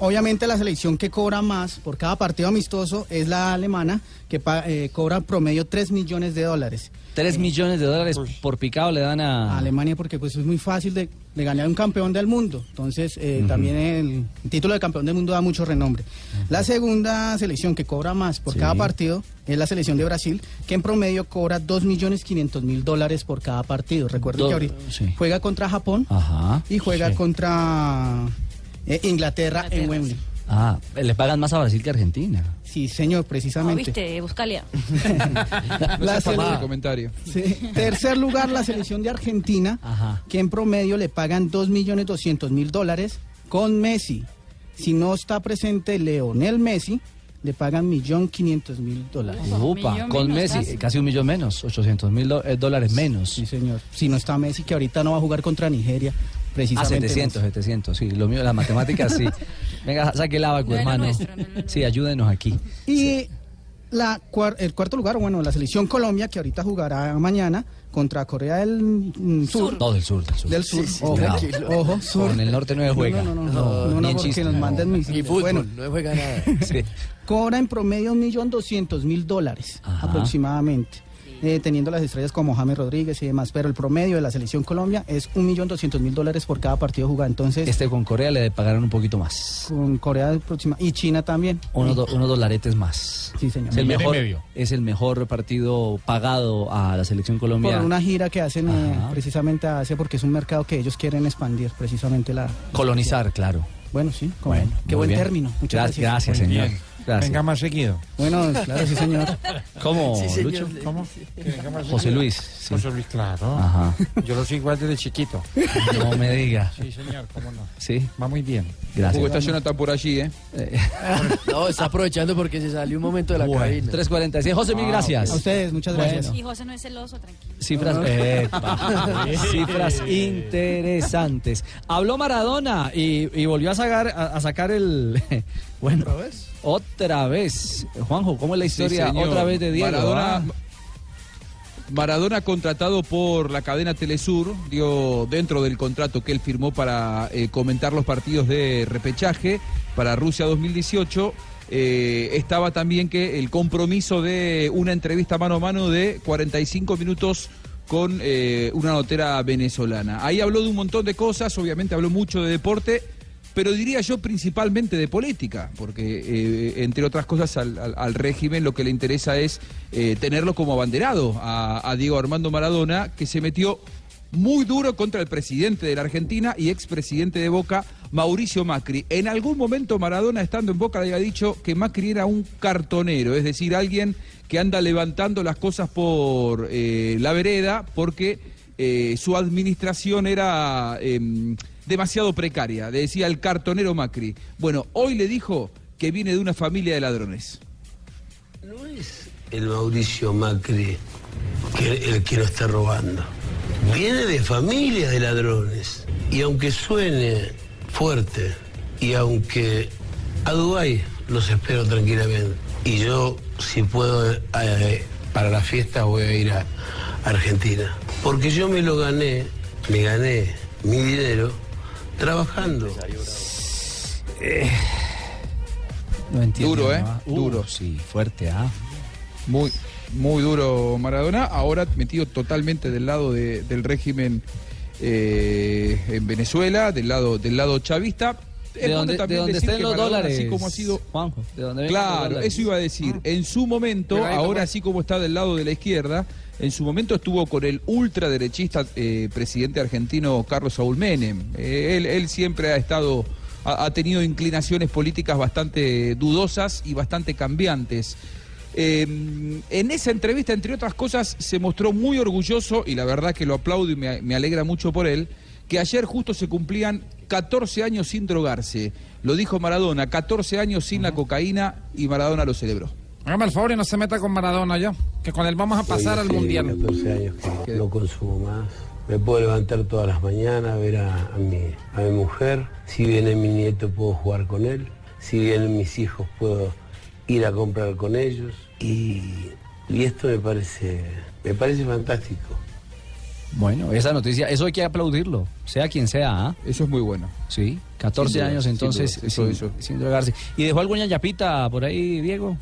Obviamente la selección que cobra más por cada partido amistoso es la alemana, que pa- eh, cobra promedio 3 millones de dólares.
3 millones de dólares por picado le dan
a
a...
Alemania porque pues es muy fácil de, de ganar un campeón del mundo. Entonces eh,
Ujú.
también el, título de campeón del mundo da mucho renombre. La segunda selección que cobra más por cada partido es la selección de Brasil, que en promedio cobra 2.500.000 dólares por cada partido. Recuerdo
Do-
que ahorita
sí. Ah.
juega contra Japón
Ajá.
y juega contra eh, Inglaterra, en Wembley.
Ah, le pagan más a Brasil que a Argentina.
Sí, señor,
No,
precisamente.
viste, Buscalia.
La
Ese
sele-
comentario.
Sí. Tercer lugar, la selección de Argentina, que en promedio le pagan 2.200.000 dólares con Messi. Si no está presente Leonel Messi, le pagan 1.500.000 dólares.
Upa, con Messi, eh, casi un millón menos, 800 mil eh, dólares menos.
Sí, señor. Si no está Messi, que ahorita no va a jugar contra Nigeria,
Ah,
precisamente.
700, 700, sí, lo mío, las matemáticas, sí. Venga, saque el abaco,
No era
hermano.
nuestro,
Sí, ayúdenos aquí.
Y la cuar- el cuarto lugar, bueno, la selección Colombia, que ahorita jugará mañana contra Corea del mm, Sur.
No, del sur, del sur.
Del sur,
Sí, sí,
ojo,
tranquilo.
ojo, sur.
Con el norte no se juega.
No, no, no, no, no,
ni
no,
en
porque
chiste.
nos mandan misiles.
fútbol,
Bueno,
no juega nada.
Sí.
cobra en promedio un millón doscientos mil dólares aproximadamente. eh, teniendo las estrellas como James Rodríguez y demás, pero el promedio de la selección Colombia es un millón doscientos mil dólares por cada partido jugado. Entonces,
Este con Corea le pagaron un poquito más.
con Corea del próxima y China también.
Unos, do- unos dolaretes más.
Sí, señor.
Es
Millón
el,
y
mejor,
medio.
es el mejor partido pagado a la selección Colombia.
Por una gira que hacen eh, precisamente a Asia, porque es un mercado que ellos quieren expandir, precisamente la.
Colonizar, claro.
Bueno, sí, como- qué
muy
buen
bien.
término. Muchas
Gra-
gracias.
gracias,
Muy
señor.
bien.
Gracias.
Venga
más seguido.
Bueno, claro, sí, señor.
¿Cómo,
Sí, señor.
Lucho?
¿Cómo?
José Luis,
José Luis, claro.
Ajá.
Yo lo sigo desde chiquito.
No me diga.
Sí, señor, cómo no.
Sí.
Va muy bien.
Gracias.
Hugo, está Jonathan por allí, ¿eh?
No, está aprovechando porque se salió un momento de la
Bueno,
cabina.
3.46. José, mil gracias.
A ustedes, muchas gracias.
Y José no es celoso, tranquilo.
Cifras, epa, cifras interesantes. Habló Maradona y, y volvió a sacar, a, a sacar el. Bueno, ¿otra vez? Juanjo, ¿cómo es la
Sí,
historia
señor.
otra vez de Diego?
Maradona,
ah?
Maradona contratado por la cadena Telesur, dio dentro del contrato que él firmó para eh, comentar los partidos de repechaje para Rusia 2018. eh, estaba también que el compromiso de una entrevista mano a mano de 45 minutos con eh, una notera venezolana. Ahí habló de un montón de cosas, obviamente habló mucho de deporte, pero diría yo principalmente de política, porque eh, entre otras cosas al, al- al régimen lo que le interesa es eh, tenerlo como abanderado a, a Diego Armando Maradona, que se metió muy duro contra el presidente de la Argentina y expresidente de Boca, Mauricio Macri. En algún momento Maradona, estando en Boca, le había dicho que Macri era un cartonero, es decir, alguien que anda levantando las cosas por eh, la vereda porque eh, su administración era em, demasiado precaria, le decía el cartonero Macri. Bueno, hoy le dijo que viene de una familia de ladrones.
el Mauricio Macri, que el que lo está robando. Viene de familia de ladrones. Y aunque suene fuerte, y aunque a Dubái los espero tranquilamente. Y yo, si puedo, eh, para la fiesta voy a ir a Argentina. Porque yo me lo gané, me gané mi dinero trabajando.
No entiendo.
Duro, ¿eh?
Ah, uh,
duro.
Sí, fuerte, ¿ah?
Muy, muy duro Maradona, ahora metido totalmente del lado de- del régimen eh, en Venezuela, del lado, del lado chavista. Es
¿De dónde, de
también
dónde
decir
estén
que
los
Maradona,
dólares?
Así como ha sido
Juanjo, ¿de dónde vengan los
Claro,
dólares?
eso iba a decir. En su momento,
Pero ahí
ahora
nomás.
sí como está del lado de la izquierda, en su momento estuvo con el ultraderechista eh, presidente argentino Carlos Saúl Menem. Eh, él, él siempre ha estado, ha, ha tenido inclinaciones políticas bastante dudosas y bastante cambiantes. Eh, en esa entrevista, entre otras cosas, se mostró muy orgulloso, y la verdad que lo aplaudo y me, me alegra mucho por él, que ayer justo se cumplían 14 años sin drogarse. Lo dijo Maradona, 14 años sin la cocaína y Maradona lo celebró.
Hágame el favor y no se meta con Maradona ya, que con él vamos a pasar al
Hoy hace
mundial.
14 años que no consumo más. Me puedo levantar todas las mañanas, ver a, a mi, a mi mujer. Si viene mi nieto puedo jugar con él. Si vienen mis hijos puedo ir a comprar con ellos. Y, y esto me parece, me parece fantástico.
Bueno, esa noticia, eso hay que aplaudirlo, sea quien sea. Eso es muy bueno. Sí, 14
Sin duda,
años
sin
entonces
duda, eso,
sin-
eso.
sin drogarse. ¿Y dejó alguna yapita por ahí, Diego?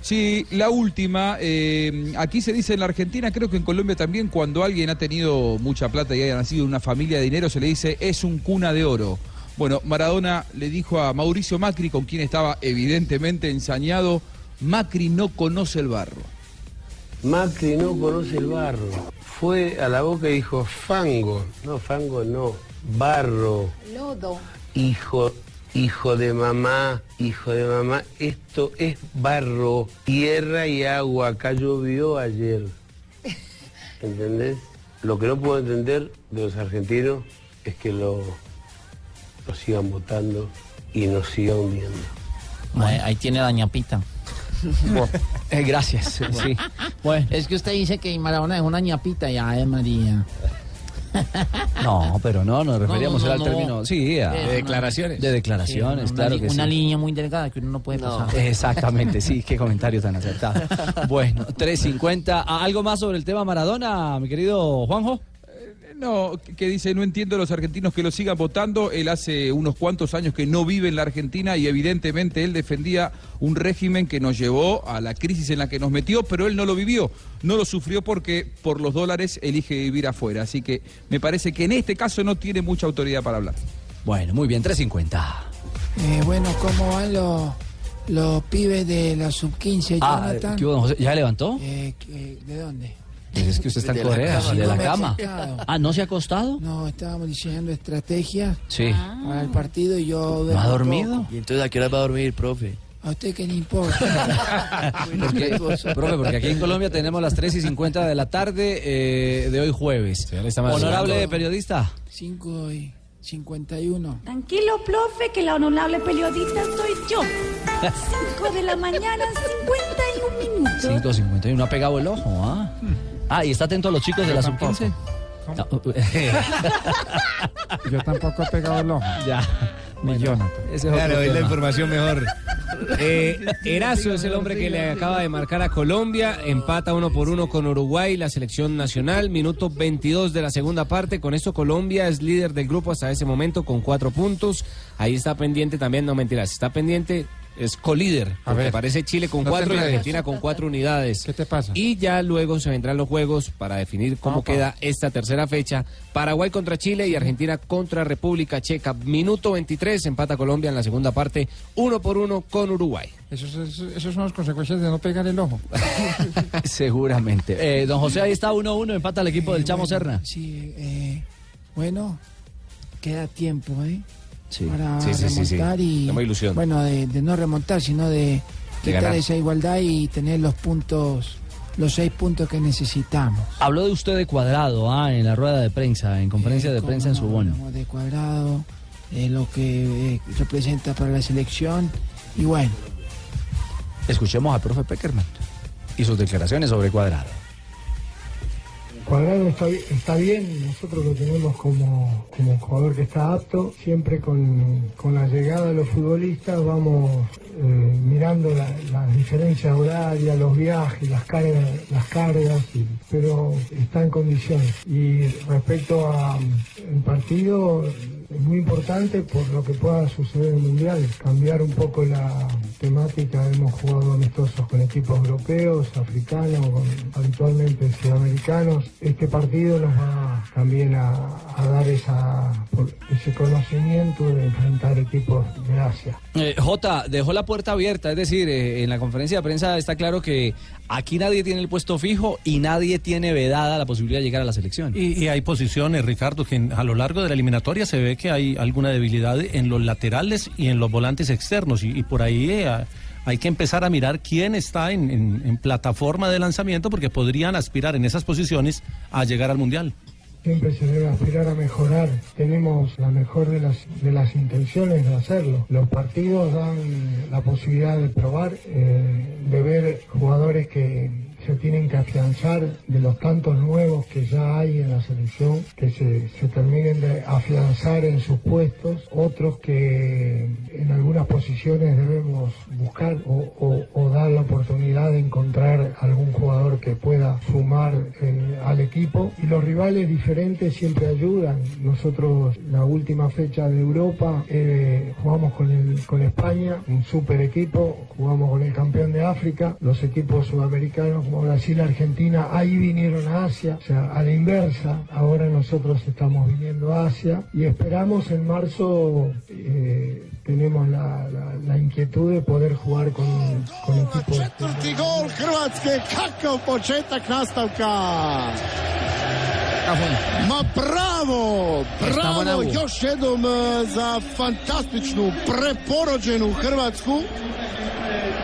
Sí, la última. eh, aquí se dice en la Argentina, creo que en Colombia también, cuando alguien ha tenido mucha plata y haya nacido en una familia de dinero, se le dice es un cuna de oro. Bueno, Maradona le dijo a Mauricio Macri, con quien estaba evidentemente ensañado, Macri no conoce el barro.
Macri no conoce el barro. Fue a la boca y dijo, fango. No, fango no. Barro.
Lodo.
Hijo, hijo de mamá, hijo de mamá. Esto es barro, tierra y agua. Acá llovió ayer. ¿Entendés? Lo que no puedo entender de los argentinos es que lo, lo sigan votando y nos sigan hundiendo.
Ahí, ahí tiene la ñapita.
Eh, gracias. Sí. Bueno.
Es que usted dice que Maradona es una ñapita. Ya, Ay, María.
No, pero no,
no,
nos referíamos
no,
al
no.
término. Sí, a-
Eh, no, no.
De
Sí,
declaraciones,
una
Pues claro
li-
que
Una
sí.
línea muy delgada que uno no puede pasar.
Exactamente, sí, qué comentario tan acertado. Bueno, 3.50. Ah, ¿Algo más sobre el tema Maradona, mi querido Juanjo?
No, que- que dice, no entiendo a los argentinos que lo sigan votando. Él hace unos cuantos años que no vive en la Argentina y evidentemente él defendía un régimen que nos llevó a la crisis en la que nos metió, pero él no lo vivió, no lo sufrió porque por los dólares elige vivir afuera. Así que me parece que en este caso no tiene mucha autoridad para hablar.
Bueno, muy bien, 3.50.
Eh, bueno, ¿cómo van los, los pibes de la sub-15,
Ah,
Jonathan?
¿qué hubo, don José? ¿Ya levantó?
Eh, eh, ¿De dónde?
Pues es que usted está en
De la
Corea,
cama,
de
no
la
me
cama.
he sentado.
Ah, ¿no se ha acostado? Ah.
No, estábamos diseñando estrategias
Sí.
para el partido y yo...
¿No ha
duermo
dormido?
poco.
Ah. ¿Y entonces a qué hora va a dormir, profe?
¿A usted qué le importa?
Porque, profe, porque aquí en Colombia tenemos las 3 y 50 de la tarde eh, de hoy jueves. Honorable
madrugando.
periodista.
5 y 51.
Tranquilo, profe, que la honorable periodista soy yo. 5 de la mañana, 51 minutos.
5.51, ha pegado el ojo, ¿ah? Ah, y está atento a los chicos de la sub-15.
Yo tampoco he pegado el ojo.
Ya.
Ni Jonathan.
Ese
Claro, es la
información mejor.
Eh, Erazo es el hombre que le acaba de marcar a Colombia. Empata uno por uno con Uruguay, la selección nacional. Minuto 22 de la segunda parte. Con esto Colombia es líder del grupo hasta ese momento con cuatro puntos. Ahí está pendiente también, no mentiras, está pendiente. Es colíder, porque
ver.
aparece Chile con
No te
cuatro y
enredes.
Argentina con cuatro unidades. ¿Qué te pasa? Y ya luego se vendrán los juegos para definir cómo queda esta tercera fecha. Paraguay contra Chile y Argentina contra República Checa. Minuto 23, empata Colombia en la segunda parte, uno por uno con Uruguay.
Esos, esos- esos son las consecuencias de no pegar el ojo.
Seguramente. Eh, don José, ahí está 1-1, empata el equipo del Chamo
Eh, bueno,
Serna.
Sí, eh, bueno, queda tiempo, ¿eh?
Sí.
Para
Sí, sí, sí, sí.
remontar y...
Tenemos ilusión.
Bueno, de, de no remontar, sino de quitar
ganar.
esa igualdad y tener los puntos, los seis puntos que necesitamos.
Habló de usted de cuadrado, ah, en la rueda de prensa, en conferencia de
cómo
prensa en su bono.
Como de cuadrado, eh, lo que eh, representa para la selección. Y bueno,
Escuchemos al profe Peckerman y sus declaraciones sobre cuadrado.
Cuadrado está, bi- está bien, nosotros lo tenemos como, como jugador que está apto, siempre con, con la llegada de los futbolistas vamos eh, mirando la- las diferencias horarias, los viajes, las cargas, las cargas y- pero está en condiciones. Y respecto a mm, el partido, es muy importante por lo que pueda suceder en el Mundial, cambiar un poco la temática, hemos jugado amistosos con equipos europeos, africanos, con, habitualmente sudamericanos. Este partido nos va también a, a dar esa, por- ese conocimiento de enfrentar equipos de Asia.
Eh, Jota, dejó la puerta abierta, es decir, eh, en la conferencia de prensa está claro que aquí nadie tiene el puesto fijo y nadie tiene vedada la posibilidad de llegar a la selección.
Y, y hay posiciones, Ricardo, que en- a lo largo de la eliminatoria se ve que hay alguna debilidad en los laterales y en los volantes externos. Y, y por ahí eh, a- hay que empezar a mirar quién está en, en- en plataforma de lanzamiento porque podrían aspirar en esas posiciones a llegar al Mundial.
Siempre se debe aspirar a mejorar. Tenemos la mejor de las, de las intenciones de hacerlo. Los partidos dan la posibilidad de probar, eh, de ver jugadores que se tienen que afianzar de los tantos nuevos que ya hay en la selección, que se, se terminen de afianzar en sus puestos, otros que en algunas posiciones debemos buscar o, o- o dar la oportunidad de encontrar algún jugador que pueda sumar eh, al equipo. Y los rivales diferentes siempre ayudan. Nosotros la última fecha de Europa eh, jugamos con, el- con España, un super equipo, jugamos con el campeón de África, los equipos sudamericanos como Brasil, Argentina, ahí vinieron a Asia, o sea, a la inversa, ahora nosotros estamos viniendo a Asia y esperamos en marzo, eh, tenemos la, la- la inquietud de poder jugar con, con equipos.
Četvrti gol Hrvatske, kakav početak nastavka! Ma bravo,
Estamos na
bravo,
U.
još jednom e, za fantastičnu, preporođenu Hrvatsku.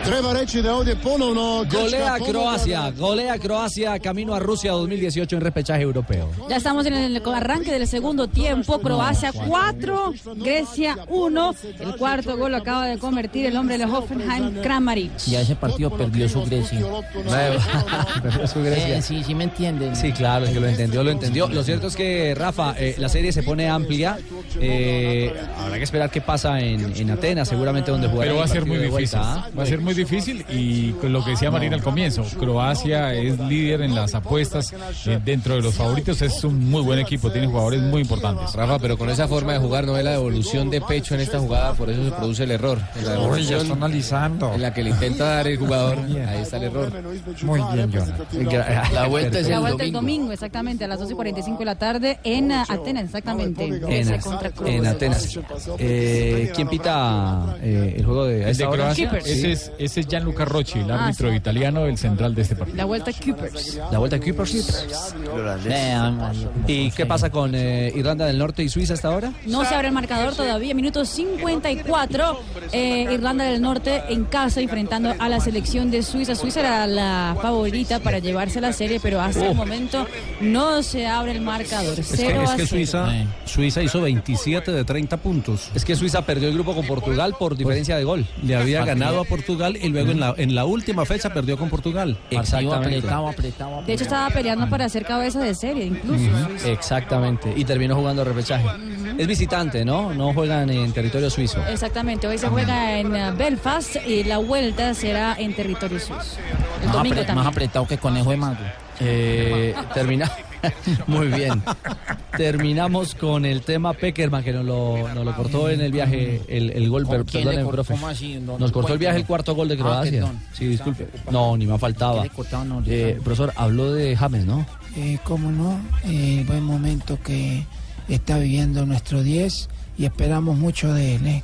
Treba reći da je ovdje ponovno... grčka
Golea
pomogla
Croacia, golea Croacia camino a Rusia 2018 en repechaje europeo.
Ya estamos en el arranque del segundo tiempo. Croacia 4, Grecia 1. El cuarto gol lo acaba de convertir el hombre de Hoffenheim, Kramaric.
Ya ese partido perdió su Grecia.
Grecia.
Eh, sí, sí me entienden.
Sí, claro, el que lo entendió, lo entendió. Lo cierto es que, Rafa, eh, la serie se pone amplia. Eh, habrá que esperar qué pasa en, en Atenas, seguramente donde jugará.
Pero
el
va a ser
partido
muy
de
difícil.
vuelta, ¿ah?
Va a ser muy difícil y con lo que decía Marina al comienzo, Croacia es líder en las apuestas eh, dentro de los favoritos. Es un muy buen equipo, tiene jugadores muy importantes.
Rafa, pero con esa forma de jugar no es la devolución de pecho en esta jugada, por eso se produce el error. En la
Uy, ya
devolución
está analizando.
en la que le intenta dar el jugador, ahí está el error.
Muy bien, Jonathan.
La vuelta es
La
el
vuelta el
domingo.
domingo, exactamente, a las 12 y 45 de la tarde en ah, Atenas, exactamente. Grecia contra Croacia.
En Atenas. Eh, ¿Quién
ah,
pita eh, el juego de, a
El de
esta hora?
Croacia,
Sí.
ese es, ese es Gianluca Rocci, el
Ah,
árbitro
sí.
italiano, el central de este partido.
La vuelta Coopers.
La vuelta a Kuipers. ¿Y qué pasa con eh, Irlanda del Norte y Suiza hasta ahora?
No se abre el marcador todavía, minuto 54. eh, Irlanda del Norte en casa enfrentando a la selección de Suiza. Suiza era la favorita para llevarse la serie, pero hasta
Oh.
el momento no se abre el marcador.
Es que,
0
es
a
que
0.
Suiza, Suiza hizo 27 de 30 puntos.
Es que Suiza perdió el grupo con Portugal
Pues,
por diferencia de gol.
Le había
Partido-
ganado a Portugal y luego en la, en la última fecha perdió con Portugal.
Exactamente.
De hecho, estaba peleando para hacer cabeza de serie, incluso.
Ujú, Exactamente. Y terminó jugando repechaje. Es visitante, ¿no? No juegan en territorio suizo.
Exactamente, hoy se juega en eh, Belfast y la vuelta será en territorio suizo. El
Más,
domingo
apre- más
también.
apretado que conejo de mago.
Eh, termina. Muy bien. Terminamos con el tema Peckerman, que nos lo, nos lo cortó en el viaje, el, el gol, per-
quién le
perdóneme,
cortó?
profe.
¿Cómo así? No,
Nos cortó el viaje el
cuénteme.
cuarto gol de
Ah,
Croacia.
perdón.
Sí, disculpe. No, ni me faltaba.
¿Qué le cortaron ahorita?
Eh, profesor, habló de James, ¿no?
Eh,
Como no, eh, buen momento que está viviendo nuestro 10 y esperamos mucho de él. ¿eh?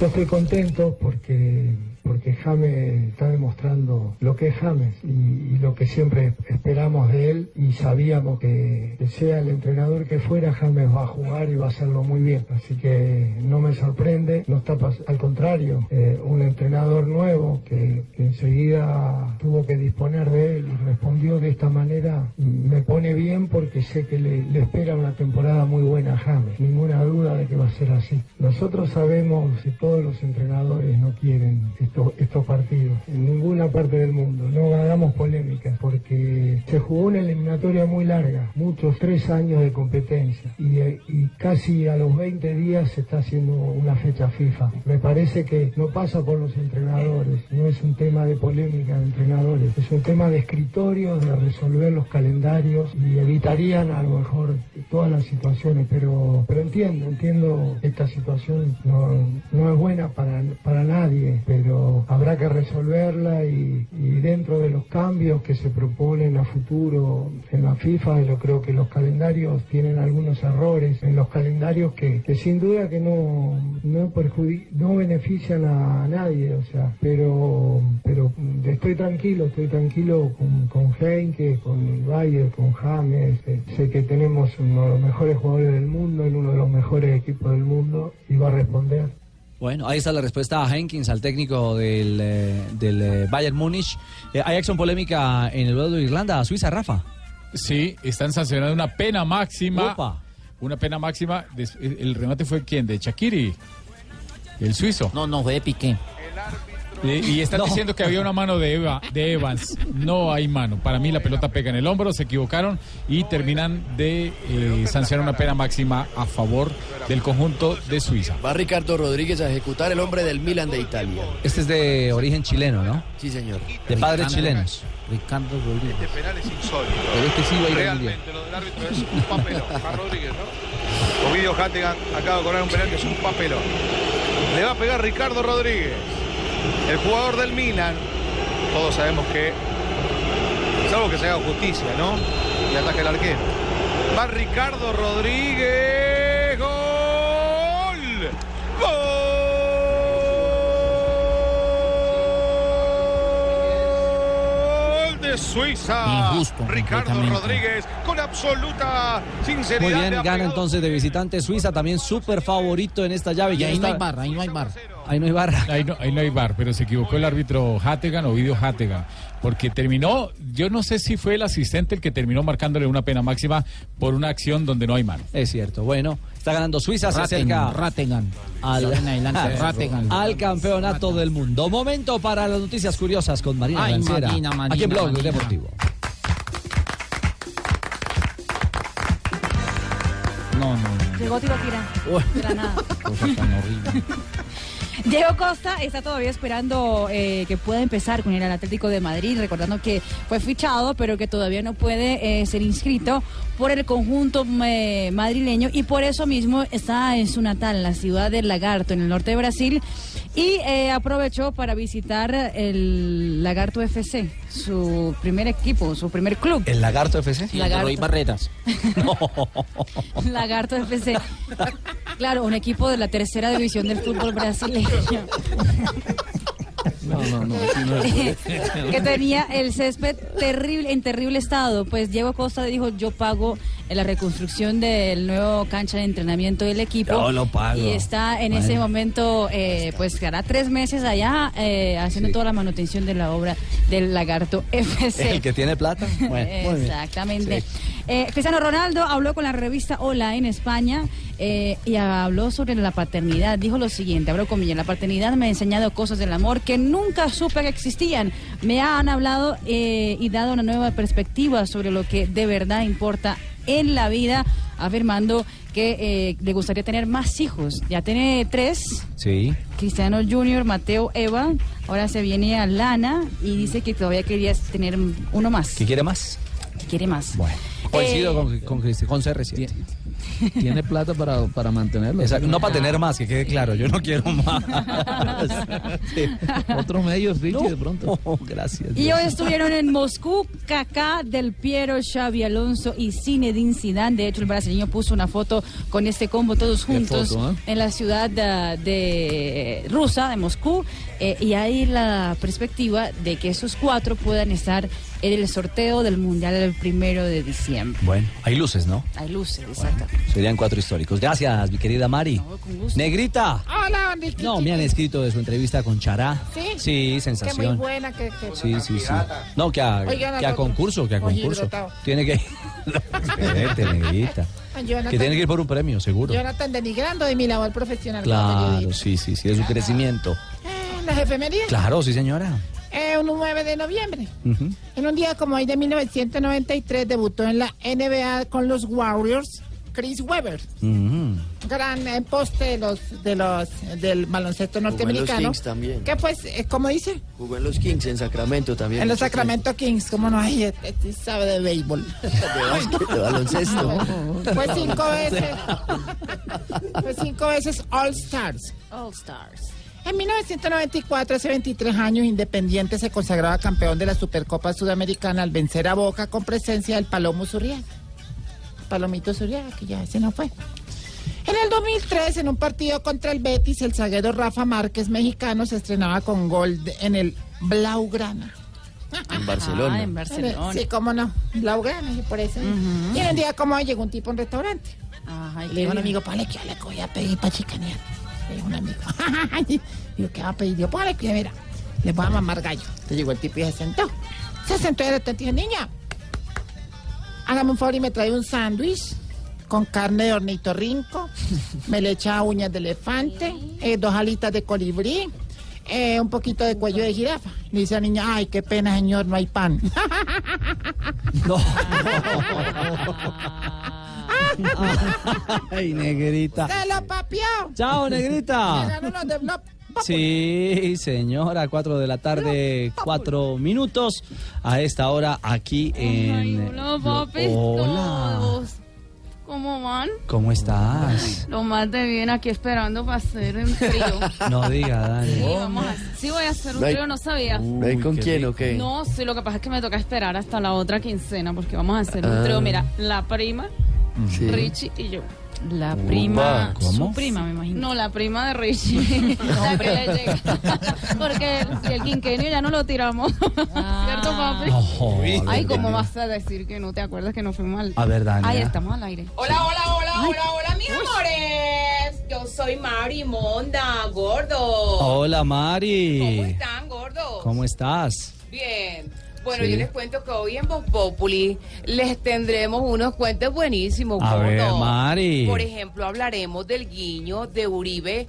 Yo estoy contento porque, porque James está demostrando lo que es James y, y lo que siempre esperamos de él y sabíamos que, que sea el entrenador que fuera, James va a jugar y va a hacerlo muy bien. Así que no me sorprende, no está pas- al contrario, eh, un entrenador nuevo que, que enseguida tuvo que disponer de él y respondió de esta manera me pone bien porque sé que le, le espera una temporada muy buena a James. Ninguna duda de que va a ser así. Nosotros sabemos que todos los entrenadores no quieren esto- estos partidos. En ninguna parte del mundo. No hagamos polémicas porque se jugó una eliminatoria muy larga. Muchos, tres años de competencia. Y, eh, y casi a los 20 días se está haciendo una fecha FIFA. Me parece que no pasa por los entrenadores. No es un tema de polémica de entrenadores. Es un tema de escritorio, de resolver los calendarios y evitarían a lo mejor todas las situaciones. Pero, pero entiendo, entiendo que esta situación no, no es buena para, para nadie, pero habrá que resolverla y, y dentro de los cambios que se proponen a futuro en la FIFA, yo creo que los calendarios tienen algunos errores en los calendarios que, que sin duda que no, no, perjudi- no benefician a nadie, o sea, pero, pero mm, estoy tranquilo, estoy tranquilo con, con Heinke, con el Bayern, con James, eh, sé que tenemos uno de los mejores jugadores del mundo en uno de los mejores equipos del mundo y va a responder.
Bueno, ahí está la respuesta a Jenkins, al técnico del, eh, del eh, Bayern Múnich. Eh, ¿Hay acción polémica en el duelo de Irlanda a Suiza, Rafa?
Sí, están sancionando una pena máxima.
Opa.
Una pena máxima. Des- eh, El el remate fue quién? De Shakiri, el suizo.
No, no, fue de Piqué.
Y, y están
No.
diciendo que había una mano de, Eva, de Evans. No hay mano. Para mí la pelota pega en el hombro, se equivocaron y terminan de eh, sancionar una pena máxima a favor del conjunto de Suiza.
Va Ricardo Rodríguez a ejecutar el hombre del Milan de Italia.
Este es de origen chileno, ¿no?
Sí, señor.
De padres
Ricardo.
chilenos. Ricardo Rodríguez.
Este penal es insólito.
Pero este sí va a ir al
Realmente, lo del árbitro es un papelón. Juan Rodríguez, ¿no? Ovidio Hattegan acaba de cobrar un penal que es un papelón. Le va a pegar Ricardo Rodríguez, el jugador del Milan. Todos sabemos que, salvo que se haga justicia, ¿no? Y ataque el arquero. Va Ricardo Rodríguez. ¡Gol! ¡Gol! Gol de Suiza.
Injusto,
Ricardo
completamente.
Rodríguez con absoluta sinceridad.
Muy
le
bien, gana
ha pegado
entonces de visitante Suiza, también súper favorito en esta llave.
Y
Ya
ahí no
está-
hay
barra, ahí no hay barra.
Ahí no hay bar. Ahí no, hay bar, pero se equivocó el árbitro Hattegan, Ovidio Hattegan, porque terminó, yo no sé si fue el asistente el que terminó marcándole una pena máxima por una acción donde no hay mano.
Es cierto, bueno, está ganando Suiza, se acerca
Rattengan.
al,
Salen adelante, Rattengan.
al campeonato del mundo. Momento para las noticias curiosas con Marina
Ay,
Granciera.
Marina,
aquí
Marina,
en Blog
Marina.
Deportivo.
No, no,
Llegó Tibaquirá. Granada.
cosa tan horrible.
Diego Costa está todavía esperando eh, que pueda empezar con el Atlético de Madrid, recordando que fue fichado, pero que todavía no puede eh, ser inscrito por el conjunto eh, madrileño y por eso mismo está en su natal, la ciudad del Lagarto, en el norte de Brasil, y eh, aprovechó para visitar el Lagarto FC, su primer equipo, su primer club.
¿El Lagarto FC?
el Lagarto. Roy
Barretas.
Lagarto FC. Claro, un equipo de la tercera división del fútbol brasileño.
No, no, no.
que tenía el césped terrible, en terrible estado. Pues Diego Costa dijo, yo pago eh, la reconstrucción del nuevo cancha de entrenamiento del equipo.
Yo lo pago.
Y está en ese
Bueno.
momento, eh, pues que hará tres meses allá eh, haciendo toda la manutención de la obra del Lagarto FC.
El que tiene plata. Bueno, muy bien.
Exactamente. Eh, Cristiano Ronaldo habló con la revista Hola en España eh, y habló sobre la paternidad. Dijo lo siguiente, abro comillas, la paternidad me ha enseñado cosas del amor que nunca supe que existían. Me han hablado eh, y dado una nueva perspectiva sobre lo que de verdad importa en la vida, afirmando que eh, le gustaría tener más hijos. Ya tiene tres,
Sí.
Cristiano Junior, Mateo, Eva. Ahora se viene a Lana y dice que todavía quería tener uno más.
¿Qué quiere más?
que quiere más.
Coincido con, con, Cristi- con CR7. Tiene plata para, para mantenerlo. no para tener más, que
Ah.
quede claro. Yo no quiero más. Otros medios, Richie, de pronto. gracias.
Y hoy estuvieron en Moscú, Kaká, Del Piero, Xavi Alonso y Zinedine Zidane. De hecho, el brasileño puso una foto con este combo todos
Qué
juntos
foto, ¿eh?
en la ciudad ah, de, rusa, de Moscú. Eh, y hay la perspectiva de que esos cuatro puedan estar en el sorteo del Mundial el primero de diciembre.
Bueno, hay luces, ¿no?
Hay luces, exacto.
Serían cuatro históricos. Gracias, mi querida Mari.
con gusto.
Negrita.
Hola, Ricky.
No, me han escrito de su entrevista con Chará.
¿Sí?
Sí,
Que muy
sensación.
buena, que... que-
Sí, sí, sí. No, que a,
Oigan,
que a
al otro.
concurso, que a
Oye,
concurso.
hidratado.
Tiene que... Excelente, eh, Negrita.
Ay, Jonathan,
Que tiene que ir por un premio, seguro.
Jonathan denigrando de mi labor profesional. como
Claro,
periodista.
sí, sí, sí, de su crecimiento.
Eh, Las efemerías.
Claro, sí, señora.
Eh, un 9 de noviembre.
Ujú.
En un día como hoy de 1993 debutó en la NBA con los Warriors Chris Webber,
Ujú.
gran eh, poste de los, de los, del baloncesto
en los
norteamericano.
Kings también.
Que pues, eh, como dice,
Jugó en los Kings, en Sacramento también.
en los Sacramento Kings, como no hay, este, este sabe de béisbol.
De básquet, de baloncesto.
Fue cinco veces. Fue cinco veces All Stars. All Stars. En 1994, hace 23 años, Independiente se consagraba campeón de la Supercopa Sudamericana al vencer a Boca con presencia del Palomo Zurriaga. Palomito Zurriaga, que ya ese no fue. En el 2003, en un partido contra el Betis, el zaguero Rafa Márquez, mexicano, se estrenaba con gol de- en el Blaugrana.
En Barcelona.
Ah, en Barcelona. Sí, cómo no. Blaugrana, y por eso. Y en el día como hoy llegó un tipo a un restaurante.
Ajá,
Y
y
Eh,
le digo a
qué bien.
un amigo, pale que yo le voy a pedir para chicanear. Le digo a un amigo, digo, ¿qué va a pedir? Digo, pale que mira, le voy a mamar gallo. Entonces llegó el tipo y se sentó. Se sentó y de repente dije, niña, hágame un favor y me trae un sándwich con carne de ornitorrinco, me le echa uñas de elefante, eh, dos alitas de colibrí, eh, un poquito de cuello de jirafa. Le dice a la niña, ay, qué pena, señor, no hay pan.
Ay, negrita.
¡Se lo papió!
Chao, negrita.
Se ganó los de Blop.
Sí, señora, 4 de la tarde, 4 minutos. A esta hora aquí en...
Hola, papis.
Hola.
todos. ¿Cómo van?
¿Cómo estás?
Lo más de bien aquí esperando para hacer un frío.
No diga,
Sí,
Dani.
vamos a, sí voy a hacer un
No hay-
frío, no sabía.
¿No hay uh, con quién o qué?
No, sí, lo que pasa es que me toca esperar hasta la otra quincena porque vamos a hacer un
Ah.
trío. Mira, la prima,
Sí.
Richie y yo. La
Upa,
prima,
¿cómo?
su prima, me imagino. No, la prima de Richie, la que le llega. Porque si el quinquenio ya no lo tiramos. ¿Cierto, papi?
Ojo.
Ay, ¿cómo vas a decir que no te acuerdas que no fue mal?
A ver, Dania.
Ahí estamos al aire.
Hola, hola, hola, hola, hola, mis amores. Yo soy Mari Monda, gordo.
Hola,
¿Cómo
Mari.
están, gordos?
¿Cómo estás?
Bien. Bueno,
Sí.
yo les cuento que hoy en Voz Populi les tendremos unos cuentos buenísimos.
A
¿cómo
ver,
no?
Mari.
Por ejemplo, hablaremos del guiño de Uribe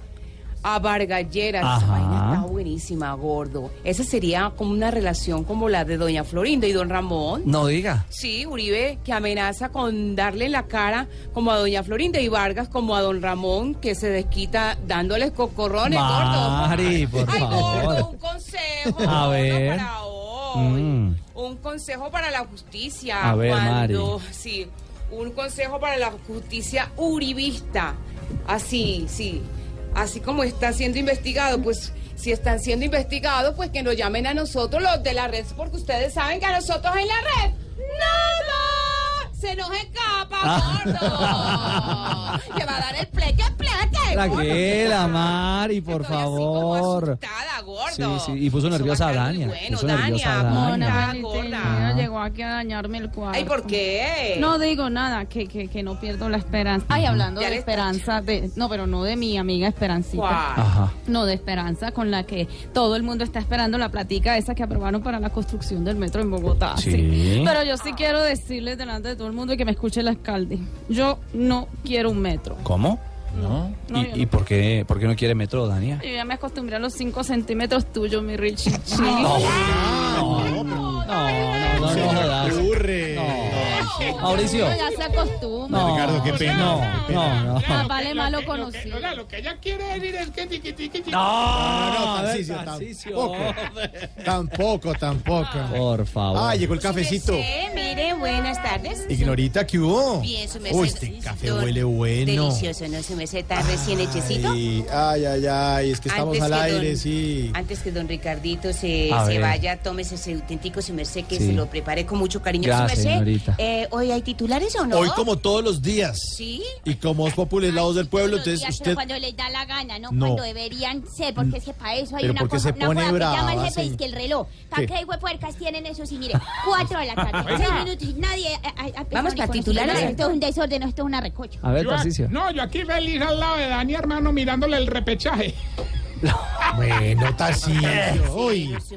a Vargalleras.
Ajá.
Esa vaina está buenísima, gordo. Esa sería como una relación como la de Doña Florinda y Don Ramón.
No diga.
Sí, Uribe, que amenaza con darle en la cara como a doña Florinda y Vargas como a don Ramón, que se desquita dándoles cocorrones, gordo.
Mari, por
Ay, gordo,
favor.
un consejo.
A
gordo,
ver.
para
Mm.
un consejo para la justicia.
A ver,
cuando,
Mari.
Sí, un consejo para la justicia uribista. Así, sí. Así como está siendo investigado, pues si están siendo investigados, pues que nos llamen a nosotros los de la red, porque ustedes saben que a nosotros en la red nada se nos escapa, gordo. Le va a dar el pleque, pleque.
Ah. Tranquila,
gordo.
Mari, por favor. Sí, sí, y puso nerviosa a Dania. Puso nerviosa a
Mona,
Dania.
Valentina llegó aquí a dañarme el cuadro.
Ay, ¿por qué?
No digo nada, que, que, que no pierdo la esperanza. Ay, hablando
Ya
de
le está
esperanza, de, no, pero no de mi amiga Esperancita.
Ajá.
No, de esperanza con la que todo el mundo está esperando la platica esa que aprobaron para la construcción del metro en Bogotá.
Sí.
Pero yo sí quiero decirles delante de todo el mundo y que me escuche el alcalde. Yo no quiero un metro.
¿Cómo? No.
No, yo no.
¿Y, y por, qué, por qué no quiere metro, Dania?
Yo ya me acostumbré a los 5 centímetros tuyos, mi Richie.
No, no jodas. No. Mauricio.
Uno ya se acostumbra.
No, No, no, no.
Más vale malo conocido.
Lo que ella quiere decir es que tiqui, tiqui, tiqui.
No, no, Tarcisio,
oh.
tampoco. Tampoco, tampoco.
Por favor.
Ah, llegó el cafecito.
Eh, mire, buenas tardes.
Ignorita, ¿qué hubo?
Bien, su merced.
Uy, este café
Don-
huele bueno.
Delicioso, ¿no? Su merced está recién hechecito.
Eh, Ay, ay, ay, ay, es que estamos
Antes
al
que
aire,
don-
sí.
Antes que don Ricardito se,
A
se
ver.
vaya, tómese ese auténtico su merced que
Sí.
se lo preparé con mucho cariño.
Gracias,
su merced,
señorita.
eh, ¿hoy hay titulares o no?
Hoy como todos los días.
Sí.
Y como es popular la voz del pueblo,
Todos los
entonces
días,
usted...
pero cuando les da la gana, no,
No.
cuando deberían ser, porque es que para eso hay
Pero
una
¿por qué
cosa,
se
una
pone
cosa que llama el
brava,
jefe
sí?
es que el reloj. ¿Para
¿Qué?
qué huepuercas tienen eso? Si mire, cuatro de la tarde,
Oiga.
seis minutos y nadie eh, ha- ha- ha empezado
Vamos
ni
pa'
con los
titulares.
titulares. Esto es un desorden, esto es una recocha.
A ver,
Yo-
Tarcicio.
No, yo aquí feliz al lado de Dani, hermano, mirándole el repechaje. Eh,
Bueno, Tarcisio,
Sí,
uy.
su